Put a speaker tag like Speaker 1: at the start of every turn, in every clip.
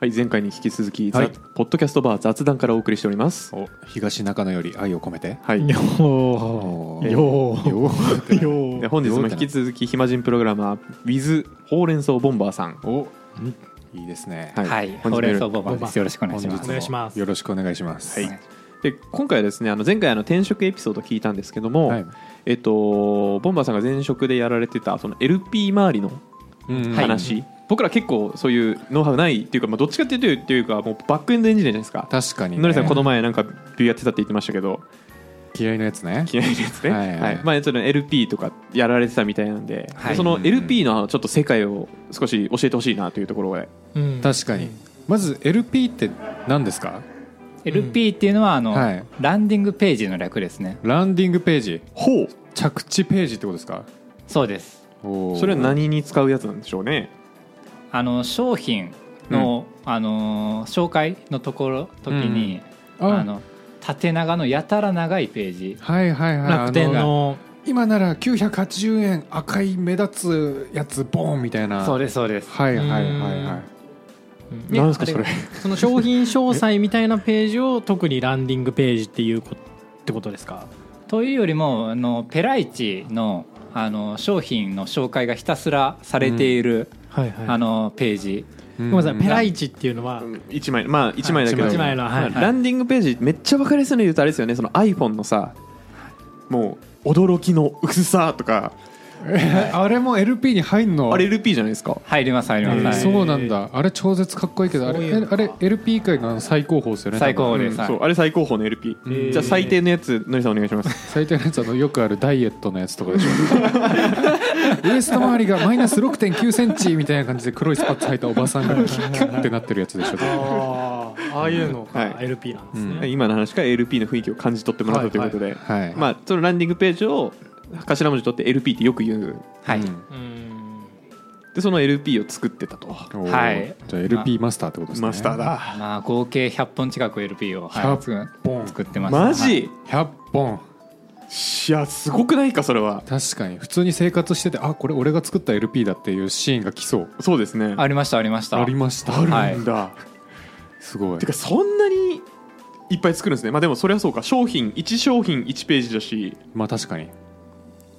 Speaker 1: はい、前回に引き続き、
Speaker 2: はい
Speaker 1: ザポッドキャストバー雑談からお送りしております。
Speaker 2: お東中野より愛を込めて
Speaker 1: はい、
Speaker 3: よ
Speaker 2: お
Speaker 3: ー
Speaker 2: ー
Speaker 3: よー
Speaker 2: よー
Speaker 3: よ
Speaker 1: で
Speaker 3: ー
Speaker 1: 本日も引き続き暇人プログラマー with ほうれん草ボンバーさん。
Speaker 2: おいいですね
Speaker 1: はい
Speaker 4: はい、
Speaker 1: 本日も
Speaker 4: ほうれん草ボンバー
Speaker 3: ボン
Speaker 4: で
Speaker 3: バ
Speaker 4: す。
Speaker 3: ー
Speaker 4: よろしくお願いしま
Speaker 3: お
Speaker 4: す。
Speaker 3: 願いします
Speaker 2: よろしくお願いします
Speaker 1: はいで今回はですねあの前回あの転職エピソード聞いたんですけども、
Speaker 2: はい
Speaker 1: えっと、ボンバーさんが前職でやられてたその LP 周りの
Speaker 2: うん
Speaker 4: はい
Speaker 1: 話、僕ら結構そういうノウハウないっていうか、まあ、どっちかっていうとっていうかもうバックエンドエンジニアじゃないですか。
Speaker 2: 確かにね
Speaker 1: のりさんこの前なんかビューやってたって言ってましたけど
Speaker 2: 気合いのやつね
Speaker 1: 気合い入れて
Speaker 2: はい
Speaker 1: ね
Speaker 2: はい
Speaker 1: はいまあその LP とかやられてたみたいなんで、
Speaker 4: はい
Speaker 1: でその LP のちょっと世界を少し教えてほしいなというところで
Speaker 3: うん
Speaker 2: 確かにまず LP って何ですか
Speaker 4: LP っていうのはあの、
Speaker 2: はい
Speaker 4: ランディングページの略ですね。
Speaker 2: ランディングページ
Speaker 1: ほう
Speaker 2: 着地ページってことですか
Speaker 4: そうです。
Speaker 2: おー
Speaker 1: それは何に使うやつなんでしょうね
Speaker 4: あの商品の、あのー紹介のところ時に、
Speaker 2: あ
Speaker 4: あの縦長のやたら長いページ。
Speaker 2: はいはいはい
Speaker 3: 楽天
Speaker 2: あ
Speaker 3: の
Speaker 2: 今なら980円赤い目立つやつボーンみたいな
Speaker 4: そうですそうです。
Speaker 2: はいはいはいは
Speaker 3: ね
Speaker 1: なんですかそれ
Speaker 3: あその商品詳細みたいなページを特にランディングページっていうこってことですか
Speaker 4: というよりもあのペライチのあの商品の紹介がひたすらされている、
Speaker 3: はいはい
Speaker 4: あのページ。
Speaker 2: い
Speaker 3: ごめんなさいペラ
Speaker 2: イ
Speaker 3: イチっていうのは
Speaker 1: 1枚まあ一枚だけど、
Speaker 3: 一枚のはい
Speaker 1: まあランディングページめっちゃ分かりやすいの言うとあれですよねその iPhone のさもう驚きの薄さとか
Speaker 2: あれも LP に入んの
Speaker 1: あれ LP じゃないですか
Speaker 4: 入ります入ります。は
Speaker 3: えー
Speaker 4: い
Speaker 2: そうなんだあれ超絶かっこいいけどあ
Speaker 3: そう
Speaker 2: れ
Speaker 3: いうのか
Speaker 2: あれ LP 界の最高峰ですよね
Speaker 4: 最高
Speaker 2: 多
Speaker 4: 峰
Speaker 1: うん
Speaker 2: 分
Speaker 4: です。はい
Speaker 1: そうあれ最高峰の LP、
Speaker 3: ー
Speaker 1: じゃあ最低のやつのりさんお願いします
Speaker 2: 最低のやつあのよくあるダイエットのやつとかでしょウエスト周りがマイナス6 9センチみたいな感じで黒いスパッツ履いたおばさんがキュッキュッってなってるやつでしょ
Speaker 3: あああいうの
Speaker 1: はい
Speaker 3: が LP なんです
Speaker 2: う
Speaker 3: ね
Speaker 1: 今の話から LP の雰囲気を感じ取ってもらったということで、
Speaker 2: はい
Speaker 1: まあ、そのランディングページを頭文字取って LP ってよく言う
Speaker 4: はい
Speaker 2: うん
Speaker 3: うん
Speaker 1: でその LP を作ってたと
Speaker 2: おー
Speaker 4: はい
Speaker 2: じゃあ LP マスターってことですね
Speaker 1: マスターだ
Speaker 4: まあ合計100本近く LP を、はい、
Speaker 2: 100本
Speaker 4: 作ってます。
Speaker 1: マ
Speaker 4: はい
Speaker 1: ジ
Speaker 2: 100本
Speaker 1: いやすごくないかそれは
Speaker 2: 確かに普通に生活しててあこれ俺が作った LP だっていうシーンが来そう
Speaker 1: そうですね
Speaker 4: ありましたありました。
Speaker 2: ありました
Speaker 4: は
Speaker 1: なんだ
Speaker 2: すごい
Speaker 1: てかそんなにいっぱい作るんですねまあでもそれはそうか商品1商品1ページだし
Speaker 2: まあ確かに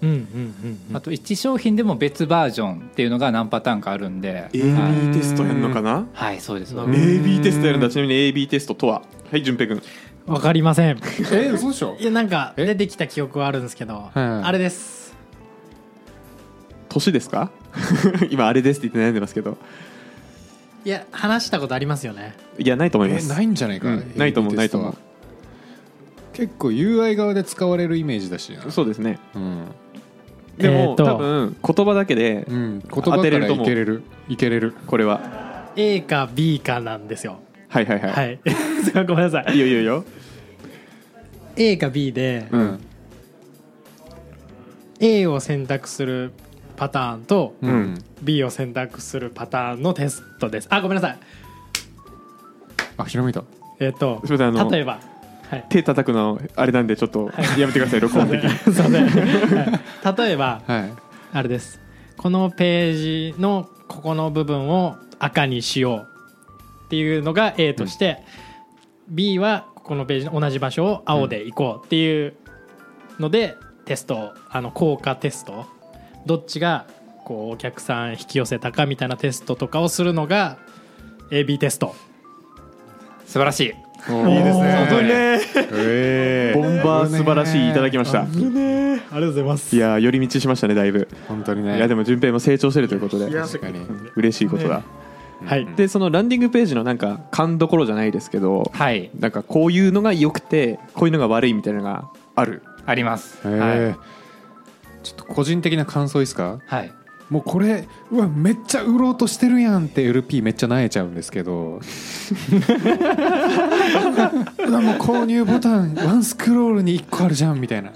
Speaker 3: うんうんうん
Speaker 4: あと1商品でも別バージョンっていうのが何パターンかあるんで、
Speaker 1: AB テストやるのかな
Speaker 4: はいそうです
Speaker 3: なるほど
Speaker 1: AB テストやるんだちなみに AB テストとははい淳平君
Speaker 3: わかりません
Speaker 2: え嘘でしょ
Speaker 3: いやなんか
Speaker 2: え
Speaker 3: 出てきた記憶はあるんですけど
Speaker 2: いはい
Speaker 3: あれです
Speaker 1: 年ですか 今あれですって言って悩んでますけど
Speaker 3: いや話したことありますよね
Speaker 1: いやないと思いま
Speaker 2: え
Speaker 1: す
Speaker 2: ないんじゃないか、
Speaker 1: うんないと思う
Speaker 2: AB
Speaker 1: ないと思う
Speaker 2: テストは結構 UI 側で使われるイメージだしな
Speaker 1: そうですね
Speaker 2: うん、
Speaker 1: で
Speaker 3: え
Speaker 1: も、
Speaker 3: ーと
Speaker 1: 多分言葉だけで
Speaker 2: うん、言
Speaker 1: 当
Speaker 2: 葉か
Speaker 1: てれる
Speaker 2: ら
Speaker 1: と思
Speaker 2: いうけれるいけれる
Speaker 1: これは
Speaker 3: A か B かなんですよ
Speaker 1: はいはいはい、
Speaker 3: はい ごめんなさい
Speaker 1: い、いよいよいいよ
Speaker 3: A か B で
Speaker 1: うん
Speaker 3: A を選択するパターンと
Speaker 2: うん、
Speaker 3: B を選択するパターンのテストですあごめんなさい
Speaker 2: あひらめいた
Speaker 3: えっ、と
Speaker 1: すみませんあの
Speaker 3: 例えばはい
Speaker 1: 手叩くのあれなんでちょっとやめてください録音的
Speaker 3: すいませんはい例えば
Speaker 2: はい
Speaker 3: あれですこのページのここの部分を赤にしようっていうのが A として、B はここのページの同じ場所を青で行こうっていうので、テストあの効果テストどっちがこうお客さん引き寄せたかみたいなテストとかをするのが AB テスト
Speaker 4: 素晴らしい。
Speaker 2: いいですね
Speaker 4: 本当にね
Speaker 2: え
Speaker 1: ボンバー素晴らしいいただきました
Speaker 3: ありがとうございます
Speaker 1: いやー寄り道しましたねだいぶ
Speaker 2: 本当に
Speaker 1: い
Speaker 2: ね
Speaker 1: やでも順平も成長してるということで
Speaker 2: 確かに
Speaker 1: 嬉しいことだ
Speaker 3: はい
Speaker 1: でそのランディングページのなんか勘どころじゃないですけど
Speaker 4: はい
Speaker 1: なんかこういうのが良くてこういうのが悪いみたいなのがある
Speaker 4: あります。
Speaker 2: え
Speaker 4: はい
Speaker 2: ーちょっと個人的な感想いいですか
Speaker 4: はい。
Speaker 2: もうこれうわめっちゃ売ろうとしてるやんって LP めっちゃなえちゃうんですけ どうわもう購入ボタンワンスクロールに1個あるじゃんみたいな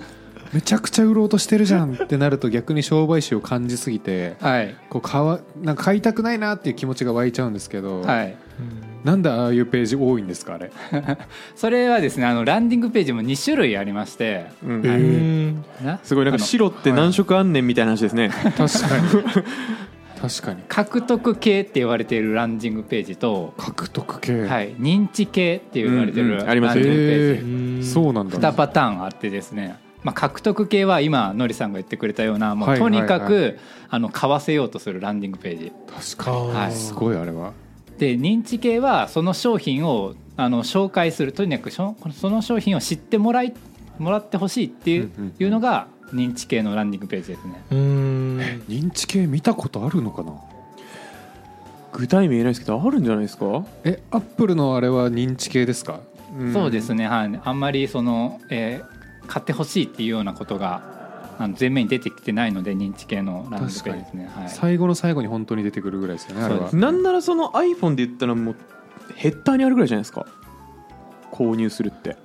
Speaker 2: めちゃくちゃ売ろうとしてるじゃんってなると逆に商売心を感じすぎて
Speaker 4: はい
Speaker 2: こう買わなんか買いたくないなっていう気持ちが湧いちゃうんですけど、
Speaker 4: はい。
Speaker 2: なんでああいうページ多いんですかあれ
Speaker 4: それはですねあのランディングページも2種類ありまして、
Speaker 1: うん
Speaker 2: え
Speaker 3: うん
Speaker 4: な
Speaker 1: すごいなんか
Speaker 4: あの
Speaker 1: 白って何色あんねんみたいな話ですね
Speaker 2: 確かに 確かに
Speaker 4: 獲得系って言われているランディングページと、
Speaker 2: 獲得系、
Speaker 4: はい、認知系って言われて
Speaker 1: うん
Speaker 4: る
Speaker 1: うん
Speaker 4: ラ
Speaker 1: あ
Speaker 4: ン
Speaker 1: り
Speaker 4: デ
Speaker 1: ます
Speaker 4: ィン
Speaker 1: ね
Speaker 4: グページ
Speaker 2: え
Speaker 3: うん
Speaker 2: ー、そうなんだ
Speaker 4: 2パターンあってですね、まあ、獲得系は今のりさんが言ってくれたようなも
Speaker 2: は
Speaker 4: う
Speaker 2: いは
Speaker 4: と
Speaker 2: いは
Speaker 4: に
Speaker 2: い
Speaker 4: かくあの買わせようとするランディングページ
Speaker 2: 確かに、
Speaker 4: はい
Speaker 2: すごいあれは
Speaker 4: で認知系はその商品をあの紹介するとにかくそその商品を知ってもらいもらってほしいっていう,、
Speaker 2: うんうん
Speaker 4: いうのが認知系のランディングページですね。
Speaker 3: うん
Speaker 2: 認知系見たことあるのかな
Speaker 1: 具体名言えないですけどあるんじゃないですか、
Speaker 2: えアップルのあれは認知系ですか
Speaker 1: ん
Speaker 4: そうですね、はい、あんまりその、えー買ってほしいっていうようなことがあの前面に出てきてないので認知系のランディングページですね。はい、
Speaker 2: 最後の最後に本当に出てくるぐらいですよねあれ
Speaker 4: そう
Speaker 2: は
Speaker 4: で
Speaker 1: なんならその iPhone で言ったらもうヘッダーにあるぐらいじゃないですか購入するって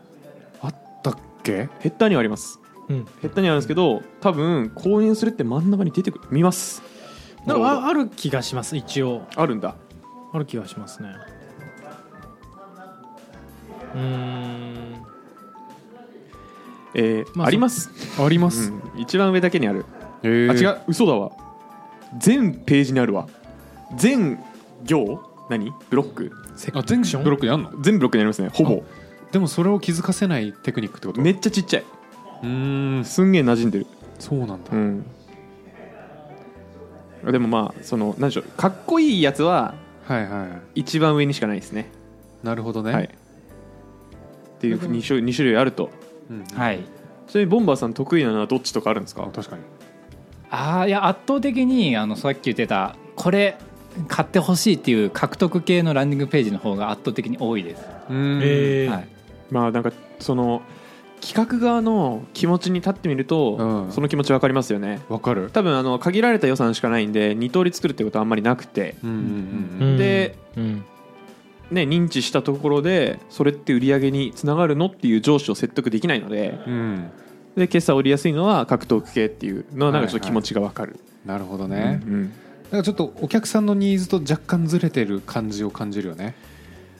Speaker 2: あったっけ
Speaker 1: ヘッダーにはあります
Speaker 3: うん
Speaker 1: ヘッダーにはあるんですけど多分購入するって真ん中に出てくる見ます
Speaker 3: なんかあ
Speaker 1: あ
Speaker 3: ある気がします一応
Speaker 1: あるんだ
Speaker 3: ある気がしますねうーん
Speaker 1: えー
Speaker 3: まあ
Speaker 1: あります、
Speaker 2: ありま
Speaker 1: う
Speaker 2: す、
Speaker 1: ん、一番上だけにある、
Speaker 2: えー
Speaker 1: あ違う嘘だわ全ページにあるわ全行何ブロック
Speaker 3: セ
Speaker 2: あ全
Speaker 3: ション
Speaker 2: ブロックにあんの
Speaker 1: 全ブロックにありますねほぼ
Speaker 2: でもそれを気づかせないテクニックってこと
Speaker 1: めっちゃちっちゃいう
Speaker 2: ーん
Speaker 1: すんげえ馴染んでる
Speaker 2: そうなんだ、
Speaker 1: うんでもまあその何でしょうかっこいいやつは
Speaker 2: はいは
Speaker 1: 一番上にしかないですね
Speaker 2: いなるほどね、
Speaker 1: はいっていう2種 ,2 種類あると
Speaker 2: うんうん
Speaker 4: はい
Speaker 1: ちなみにボンバーさん得意なのはどっちとかあるんです
Speaker 2: あ
Speaker 1: か
Speaker 2: 確かに
Speaker 4: あーいや圧倒的にあのさっき言ってたこれ買ってほしいっていう獲得系のランディングページの方が圧倒的に多いです。
Speaker 2: うーん
Speaker 3: えー
Speaker 4: はい、
Speaker 1: まあなんかその企画側の気持ちに立ってみると、
Speaker 2: うん
Speaker 1: その気持ち分かりますよね
Speaker 2: わかる
Speaker 1: 多分あの限られた予算しかないんで2通り作るってことはあんまりなくて、
Speaker 2: うんうんうん
Speaker 3: うん
Speaker 1: で
Speaker 3: うん
Speaker 1: ね、認知したところでそれって売り上げにつながるのっていう上司を説得できないので
Speaker 2: うん
Speaker 1: で決算売りやすいのは格闘系っていうのはなんかちょっと気持ちが分かる、
Speaker 2: なるほどね、
Speaker 1: うん
Speaker 2: だからちょっとお客さんのニーズと若干ずれてる感じを感じるよね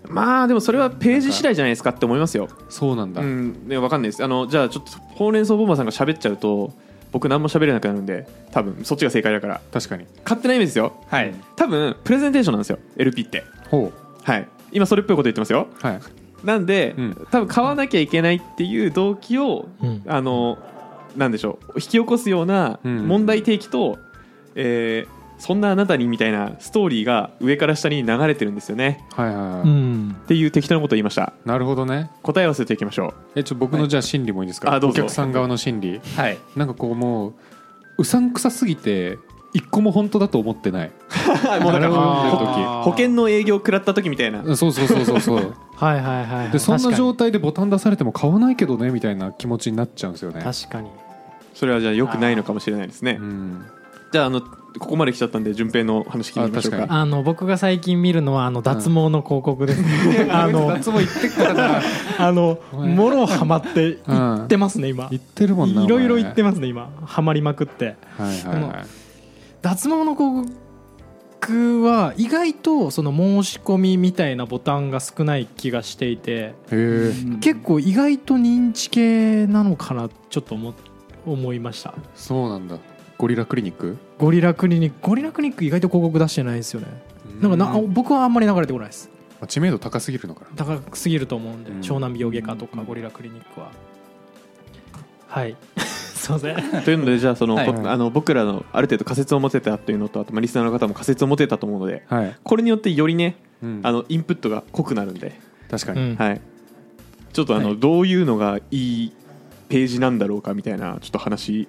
Speaker 1: まあでもそれはページ次第じゃないですかって思いますよ、
Speaker 2: そうなんだ、
Speaker 1: うん、ね、わかんないですあのじゃあちょっとほうれん草ボンバーさんが喋っちゃうと僕何も喋れなくなるんで多分そっちが正解だから
Speaker 2: 確かに
Speaker 1: 勝手な意味ですよ
Speaker 4: はい、
Speaker 1: 多分プレゼンテーションなんですよ LP って
Speaker 2: ほ
Speaker 1: はい今それっぽいこと言ってますよ
Speaker 2: うはい
Speaker 1: なんで、
Speaker 2: うん
Speaker 1: 多分買わなきゃいけないっていう動機を、
Speaker 3: うん
Speaker 1: あのなんでしょう引き起こすような
Speaker 2: うん
Speaker 1: 問題提起と、えーそんなあなたにみたいなストーリーが上から下に流れてるんですよね
Speaker 2: はいはいはい、
Speaker 3: うん
Speaker 1: っていう適当なことを言いました
Speaker 2: なるほどね
Speaker 1: 答え合わせていきましょ
Speaker 2: えちょ僕のじゃあ心理もいいですか、
Speaker 1: あどう
Speaker 2: お
Speaker 1: ぞ
Speaker 2: 客さん側の心理
Speaker 4: はい、
Speaker 2: なんかこうもううさんくさすぎて一個も本当だと思ってないう
Speaker 1: もうなん
Speaker 2: なるほど
Speaker 1: か
Speaker 2: あ
Speaker 1: 保険の営業食らった時みたいな
Speaker 2: そうそうそうそうそう
Speaker 3: はいはいはいはい
Speaker 2: でそんな
Speaker 3: 確かに
Speaker 2: 状態でボタン出されても買わないけどねみたいな気持ちになっちゃうんですよね
Speaker 3: 確かに
Speaker 1: それはじゃあ良くないのかもしれないですね
Speaker 2: うん
Speaker 1: じゃああのここまで来ちゃったんで順平の話聞いてみましょう
Speaker 2: あ
Speaker 1: か
Speaker 2: 確
Speaker 3: あの僕が最近見るのはあの脱毛の広告です ね、あの
Speaker 2: も言ってっからな
Speaker 3: あの
Speaker 2: ごめん
Speaker 3: もろハマってい
Speaker 2: うん
Speaker 3: ってますね今
Speaker 2: 言ってるもんない
Speaker 3: ろいろ言って
Speaker 2: ま
Speaker 3: ますね今ハマりまくって
Speaker 2: すはいはいはい
Speaker 3: 脱毛の広告は意外とその申し込みみたいなボタンが少ない気がしていて
Speaker 2: へえ
Speaker 3: 結構意外と認知系なのかなちょっと思思いました
Speaker 2: そうなんだゴリラクリニック
Speaker 3: ゴリラクリニックゴリラクリニック意外と広告出してないですよねなんかな
Speaker 2: う
Speaker 3: 僕はあんまり流れてこないです
Speaker 2: まあ知名度高すぎるのかな
Speaker 3: 高すぎると思うんで
Speaker 2: うん
Speaker 3: 湘南美容外科とかゴリラクリニックははい すいません
Speaker 1: というのでじゃあその、
Speaker 4: はい
Speaker 1: こあの僕らのある程度仮説を持てたというのとあとまあリスナーの方も仮説を持てたと思うので
Speaker 2: はい、
Speaker 1: これによってよりね
Speaker 2: うん
Speaker 1: あのインプットが濃くなるんで、
Speaker 2: 確か
Speaker 3: う
Speaker 2: に、
Speaker 3: ん
Speaker 1: はい、ちょっとあの、
Speaker 4: はい
Speaker 1: どういうのがいいページなんだろうかみたいなちょっと話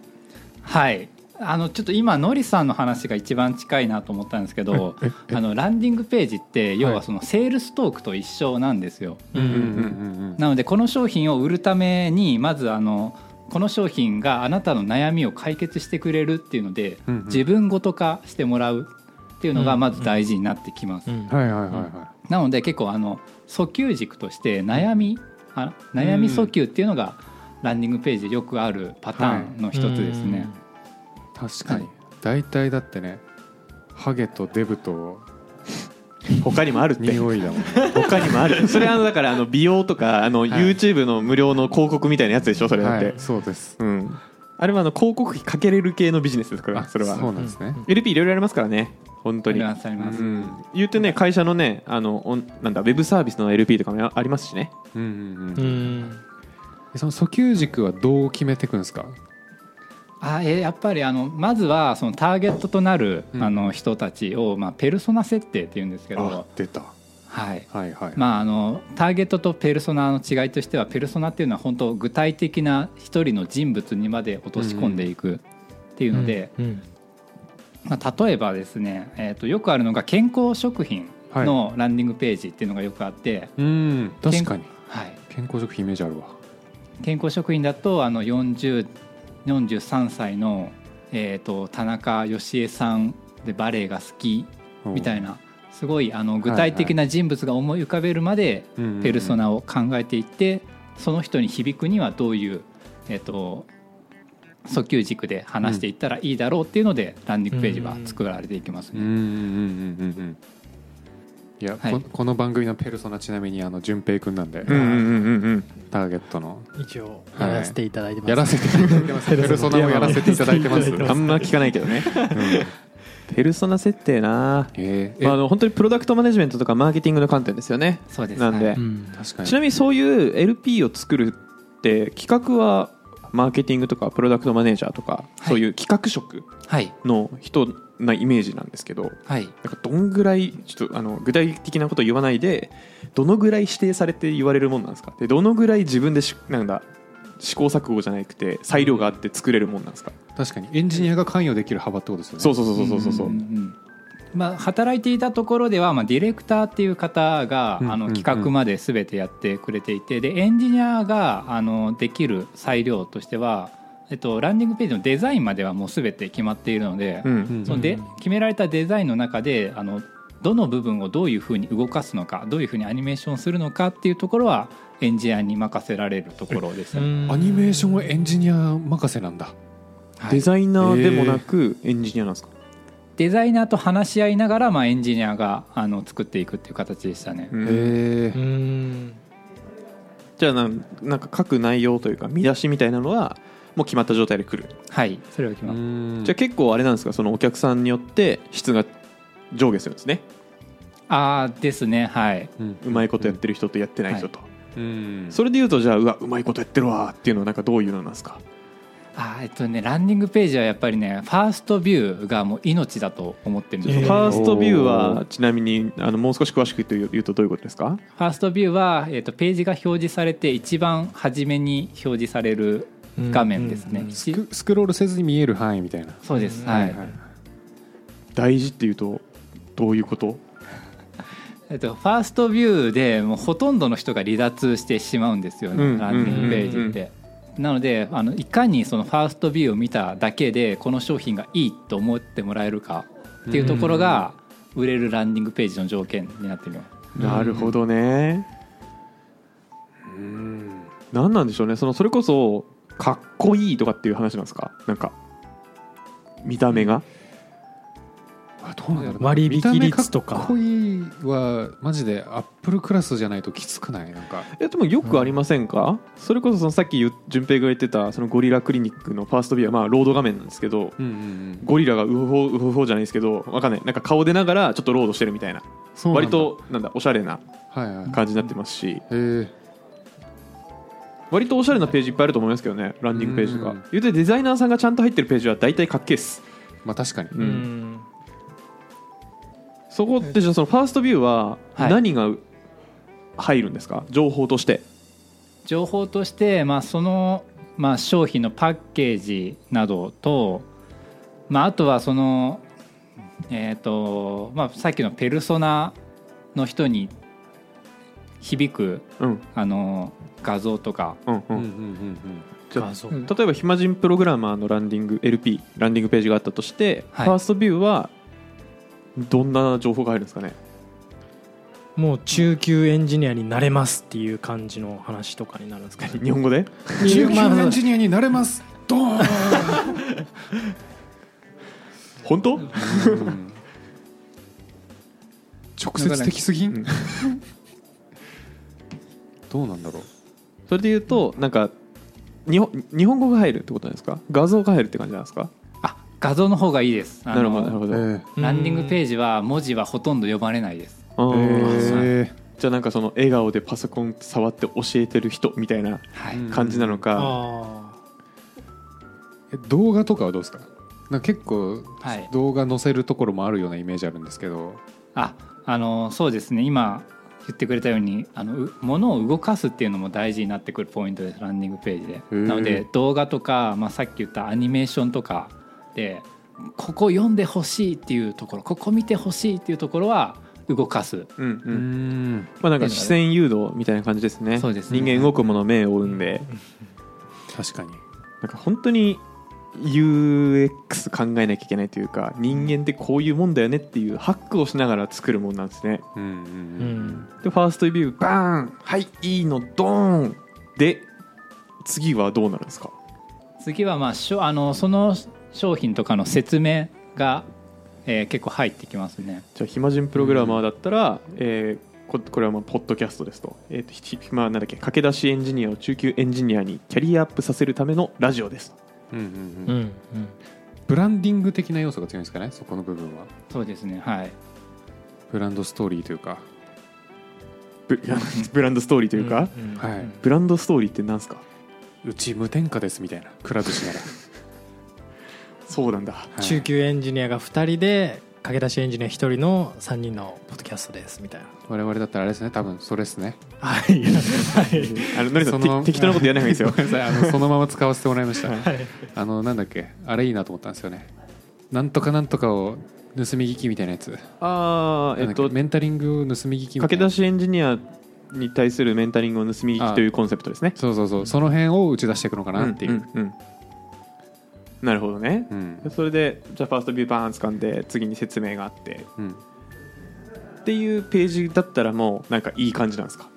Speaker 4: はい、あのちょっと今のりさんの話が一番近いなと思ったんですけど
Speaker 2: ええ
Speaker 4: あのランディングページって要はそのセールストークと一緒なんですよ。
Speaker 3: う
Speaker 2: うんんうんうん
Speaker 4: なのでこの商品を売るためにまずあのこの商品があなたの悩みを解決してくれるっていうので、
Speaker 2: うんうん
Speaker 4: 自分ごと化してもらうっていうの
Speaker 3: う
Speaker 4: が
Speaker 3: ん
Speaker 4: まず大事になってきます、
Speaker 3: うん
Speaker 2: はいはいはいは
Speaker 4: なので結構あの訴求軸として悩みあ悩み訴求っていうのがランディングページでよくあるパターンの一つですね、
Speaker 2: い確かに大体だってねハゲとデブと
Speaker 1: 他にもあるって
Speaker 2: 匂いだもんね
Speaker 1: 他にもあるそれはあのだからあの美容とかあの
Speaker 2: い
Speaker 1: YouTube の無料の広告みたいなやつでしょそれだっ
Speaker 2: は
Speaker 1: て、
Speaker 2: いそうです
Speaker 1: うんあれはあの広告費かけれる系のビジネスですから
Speaker 2: あ
Speaker 1: それは
Speaker 2: そうなんですね、
Speaker 1: LP いろいろありますからね本当
Speaker 4: あ
Speaker 1: に
Speaker 4: りますあります、
Speaker 1: うん、言うてね会社のねあのオンなんだウェブサービスの LP とかもありますしね
Speaker 2: うんうんうん
Speaker 3: うん
Speaker 2: その訴求軸はどう決めていくんですか
Speaker 4: あえーやっぱりあのまずはそのターゲットとなる、
Speaker 2: うん
Speaker 4: あの人たちを、まあ、ペルソナ設定っていうんですけど、
Speaker 2: 出た
Speaker 4: はい
Speaker 2: はいはい、
Speaker 4: まあ、あのターゲットとペルソナの違いとしてはペルソナっていうのは本当具体的な一人の人物にまで落とし込んでいくっていうので、
Speaker 3: うん
Speaker 4: まあ、例えばですね、えー、とよくあるのが健康食品のランディングページっていうのがよくあって、
Speaker 2: うん確かに
Speaker 4: はい、
Speaker 2: 健康食品イメージあるわ
Speaker 4: 健康食品だとあの40 43歳の、えー、と田中芳恵さんでバレエが好きみたいなすごいあの具体的な人物が思い浮かべるまで
Speaker 2: な
Speaker 4: ペルソナを考えていってその人に響くにはどういう、えっと訴求軸で話していったらいいだろうっていうので、ランディングページは作られていきます
Speaker 2: うんう
Speaker 4: ね。
Speaker 2: んうんうんうんいや、
Speaker 4: はい
Speaker 2: ここの番組のペルソナちなみにあの順平くんなんで、
Speaker 1: んうんうん
Speaker 2: ターゲットの
Speaker 3: 一応
Speaker 2: は
Speaker 3: や
Speaker 2: い
Speaker 3: らせていただいてま す、
Speaker 2: やらせていただいてますペルソナをやらせていただいてます
Speaker 1: あんま聞かないけど ねペルソナ設定な
Speaker 2: えーえ
Speaker 1: まあ、あの本当にプロダクトマネジメントとかマーケティングの観点ですよね
Speaker 4: そうです
Speaker 1: なんで、
Speaker 4: はい
Speaker 3: うん
Speaker 2: 確かに
Speaker 1: ちなみにそういう LP を作るって企画はマーケティングとかプロダクトマネージャーとか、
Speaker 4: い
Speaker 1: そういう企画職
Speaker 4: はい、
Speaker 1: の人なイメージなんですけど
Speaker 4: はい
Speaker 1: なんかどんぐらいちょっとあの具体的なこと言わないでどのぐらい指定されて言われるもんなんですかでどのぐらい自分でしなんだ試行錯誤じゃなくて裁量があって作れるもんなんですか、
Speaker 2: 確かにエンジニアが関与できる幅ってことですよね
Speaker 1: そう
Speaker 2: う
Speaker 1: そうそうそうそうそう、
Speaker 4: んんんまあ、働いていたところでは、まあ、ディレクターっていう方が、
Speaker 2: うん
Speaker 4: あ
Speaker 2: う
Speaker 4: の
Speaker 2: んうん
Speaker 4: 企画まで全てやってくれていてでエンジニアがあのできる裁量としては、えっと、ランディングページのデザインまではもう全て決まっているので、
Speaker 1: うん
Speaker 2: ん
Speaker 4: そので
Speaker 3: うん
Speaker 4: 決められたデザインの中であのどの部分をどういうふうに動かすのかどういうふうにアニメーションするのかっていうところはエンジニアに任せられるところです、ね
Speaker 2: アニメーションはエンジニア任せなんだ
Speaker 4: はい
Speaker 1: デザイナーでもなくエンジニアなんですか、
Speaker 4: デザイナーと話し合いながら、まあ、エンジニアがあの作っていくっていう形でしたね。
Speaker 1: うん
Speaker 2: へ
Speaker 3: う
Speaker 2: え
Speaker 3: ん
Speaker 1: じゃあなんなんか書く内容というか見出しみたいなのはもう決まった状態で来る、
Speaker 4: はいそれは決まっ
Speaker 1: じゃあ結構あれなんですかそのお客さんによって質が上下するんですね
Speaker 4: ああですねはい、
Speaker 1: うまいことやってる人とやってない人と、
Speaker 2: うん
Speaker 1: それでいうとじゃあうわうまいことやってるわっていうのはなんかどういうのなんですか
Speaker 4: あーえっとねランディングページはやっぱりねファーストビューがもう命だと思ってるん
Speaker 1: フ
Speaker 4: ですよ、
Speaker 1: ァーストビューはちなみにあのもう少し詳しく言うと言うとどういうことですか
Speaker 4: ファーストビューは、えっと、ページが表示されて一番初めに表示される画面ですね、
Speaker 3: うんうん
Speaker 4: し
Speaker 2: スクスクロールせずに見える範囲みたいな
Speaker 4: そうです、
Speaker 3: うん
Speaker 4: はい、
Speaker 1: 大事っていうとどういうこと
Speaker 4: えっと、ファーストビューでもうほとんどの人が離脱してしまうんですよね、
Speaker 1: うん
Speaker 4: ランディングページって。なのであのいかにそのファーストビューを見ただけでこの商品がいいと思ってもらえるかっていうところが売れるランディングページの条件になってるよ
Speaker 1: なるほどね
Speaker 2: うん
Speaker 1: 何なんでしょうねそのそれこそかっこいいとかっていう話なんですかなんか見た目が
Speaker 2: あどうなんだろう
Speaker 3: 割引率
Speaker 2: 見た目
Speaker 3: とか
Speaker 2: かっこいいはマジでアップルクラスじゃないときつくないなんか
Speaker 1: えでもよくありませんか、それこそそのさっき言う順平が言ってたそのゴリラクリニックのファーストビューはまあロード画面なんですけど
Speaker 2: うんうんうん
Speaker 1: ゴリラがウホホウホホじゃないですけどわかんないなんか顔出ながらちょっとロードしてるみたいな
Speaker 2: そうなん
Speaker 1: 割
Speaker 2: だ
Speaker 1: となんだおしゃれな
Speaker 2: はいはい
Speaker 1: 感じになってますし
Speaker 2: えー
Speaker 1: 割とおしゃれなページいっぱいあると思いますけどねランディングページと
Speaker 2: う
Speaker 1: か
Speaker 2: ん
Speaker 1: 言うてデザイナーさんがちゃんと入ってるページは大体かっけえっす、
Speaker 2: まあ確かに
Speaker 1: う、
Speaker 3: うんん
Speaker 1: そこってじゃあそのファーストビューは
Speaker 4: はい
Speaker 1: 何が入るんですか、情報として
Speaker 4: 情報として、まあ、その、まあ、商品のパッケージなどと、まあ、あとはその、えーとまあ、さっきのペルソナの人に響く
Speaker 1: うん
Speaker 4: あの画像とか
Speaker 1: うんう
Speaker 2: うん
Speaker 1: ん、
Speaker 2: うんうん
Speaker 1: じゃあ
Speaker 3: 画像
Speaker 4: うん
Speaker 1: 例えば暇人プログラマーのランディング LP ランディングページがあったとして、
Speaker 4: はい
Speaker 1: ファーストビューはどんな情報が入るんですかね
Speaker 3: もう中級エンジニアになれますっていう感じの話とかになるんですかね
Speaker 1: 日本語で
Speaker 2: うん 中級エンジニアになれますドーン
Speaker 1: 本当
Speaker 2: うん直接的すぎ
Speaker 1: うん
Speaker 2: んどうなんだろう
Speaker 1: それで言うとなんか日本日本語が入るってことなんですか画像が入るって感じなんですか
Speaker 4: あ画像の方がいいですあの
Speaker 1: なるほどなるほど、
Speaker 2: え
Speaker 4: ランディングページは文字はほとんど読まれないです
Speaker 1: あ
Speaker 2: え
Speaker 1: ー
Speaker 2: え
Speaker 1: じゃあなんかその笑顔でパソコン触って教えてる人みたいな
Speaker 4: はい、
Speaker 2: うん
Speaker 1: 感じなのか、
Speaker 3: あ
Speaker 2: え動画とかはどうですかなんか結構
Speaker 4: はい
Speaker 2: 動画載せるところもあるようなイメージあるんですけど、
Speaker 4: ああのそうですね今言ってくれたようにあのう物を動かすっていうのも大事になってくるポイントですランディングページで
Speaker 2: ー
Speaker 4: なので動画とか、まあ、さっき言ったアニメーションとかでここ読んでほしいっていうところここ見てほしいっていうところは動かす
Speaker 1: うんう
Speaker 2: うんん
Speaker 1: まあ、なんか視線誘導みたいな感じですね
Speaker 4: そうですね
Speaker 1: 人間動くもの目を追うんで
Speaker 2: 確かに
Speaker 1: なんか本当に UX 考えなきゃいけないというか人間ってこういうもんだよねっていうハックをしながら作るもんなんですね
Speaker 2: うんう
Speaker 3: ー
Speaker 2: ん
Speaker 3: う
Speaker 2: うん
Speaker 3: ん
Speaker 1: でファーストビューバーンはいいいのドーンで次はどうなるんですか
Speaker 4: 次は、まあ、しょあのその商品とかの説明が、えー結構入ってきますね
Speaker 1: じゃあ暇人プログラマーだったら、えーここれはまあポッドキャストですと,、えーとひひまあなんだっけ駆け出しエンジニアを中級エンジニアにキャリアアップさせるためのラジオです
Speaker 2: うんうん
Speaker 3: う
Speaker 2: うん
Speaker 3: ん
Speaker 2: ブランディング的な要素が強いんですかねそこの部分は
Speaker 4: そうですねはい
Speaker 2: ブランドストーリーというか
Speaker 1: ブブランドストーリーというか、
Speaker 3: ん
Speaker 2: はい
Speaker 3: うん
Speaker 1: ブランドストーリーって何すか
Speaker 2: うち無添加ですみたいなくら寿司なら、
Speaker 1: そうなんだ
Speaker 2: はい
Speaker 3: 中級エンジニアが2人で駆け出しエンジニア1人の3人のポッドキャストですみたいな
Speaker 2: 我々だったらあれですね多分それですね
Speaker 3: はいはい
Speaker 1: あののりさん
Speaker 2: その
Speaker 1: て適当なことやらない方がいい
Speaker 2: ご
Speaker 1: で
Speaker 2: めんなさいあのそのまま使わせてもらいました、
Speaker 3: はい
Speaker 2: あのなんだっけあれいいなと思ったんですよねなんとかなんとかを盗み聞きみたいなやつ、
Speaker 1: すよああえっ
Speaker 2: なんだ
Speaker 1: と
Speaker 2: けメンタリングを盗み聞きみたい
Speaker 1: 駆け
Speaker 2: な
Speaker 1: 出しエンジニアに対するメンタリングを盗み聞きというコンセプトですね
Speaker 2: そうそうそうその辺を打ち出していくのかなっていう、
Speaker 1: んんんなるほどね
Speaker 2: う、ん
Speaker 1: それでじゃあファーストビューバーン掴んで次に説明があって
Speaker 2: うん
Speaker 1: っていうページだったらもうなんかいい感じなんですか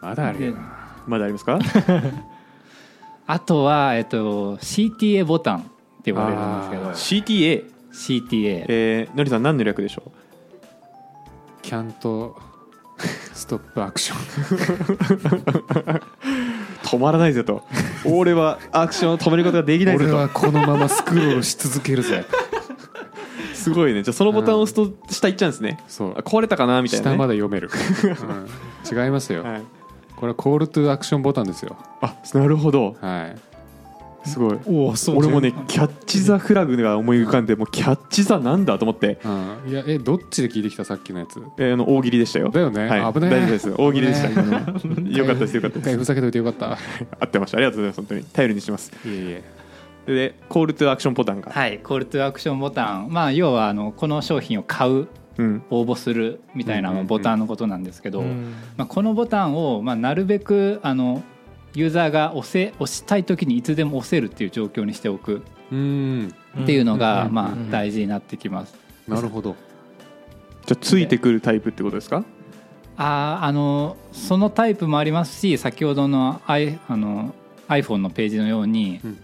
Speaker 2: まだあるよな
Speaker 1: まだあり ますか
Speaker 4: あとは、えっと、CTA ボタンって呼ばれるん
Speaker 2: あ
Speaker 4: です
Speaker 1: CTA
Speaker 4: けど CTA
Speaker 1: えーのりさん何の略でしょ
Speaker 2: キャンとストップアクション
Speaker 1: う止まらないぜ と俺はアクションを止めることができないぜ
Speaker 2: 俺
Speaker 1: と
Speaker 2: はこのままスクロールし続け るぜ
Speaker 1: すごいねじゃあそのボタンを押すと下行っちゃうんですね、
Speaker 2: そう
Speaker 1: あ壊れたかなみたいな、ね、
Speaker 2: 下まで読める、うん違いますよ、
Speaker 1: はい、
Speaker 2: これはコールトゥアクションボタンですよ
Speaker 1: あなるほど
Speaker 2: はい
Speaker 1: すごい
Speaker 3: おおそ
Speaker 1: 俺もねキャッチ・ザ・フラグが思い浮かんでもうキャッチ・ザなんだと思って、
Speaker 2: うん、いやえどっちで聞いてきたさっきのやつ
Speaker 1: えーあの大喜利でしたよ
Speaker 2: だよね
Speaker 1: はい、
Speaker 2: 危ねえ
Speaker 1: 大丈夫です大喜利でした、
Speaker 2: 危ね
Speaker 1: よかったですよかったで
Speaker 2: 一回
Speaker 1: す
Speaker 2: ふざけといてよかった
Speaker 1: 合ってましたありがとうございます本当に頼りにします
Speaker 2: いえいえ
Speaker 1: ででコール・トゥ・アクションボタンが、
Speaker 4: はいコールトゥアクションボタンまあ要はあのこの商品を買う
Speaker 1: うん
Speaker 4: 応募するみたいな
Speaker 2: うんうんうん
Speaker 4: ボタンのことなんですけど、
Speaker 3: うん
Speaker 4: まあ、このボタンを、まあ、なるべくあのユーザーが押せ押したい時にいつでも押せるっていう状況にしておく
Speaker 2: うん
Speaker 4: っていうのが、
Speaker 3: うん
Speaker 4: ま
Speaker 3: うん
Speaker 4: あ、大事になってきます。
Speaker 2: なるほど
Speaker 1: じゃあついてくるタイプってことですか
Speaker 4: あーあのそのタイプもありますし先ほどの I あの iPhone のページのように、
Speaker 2: うん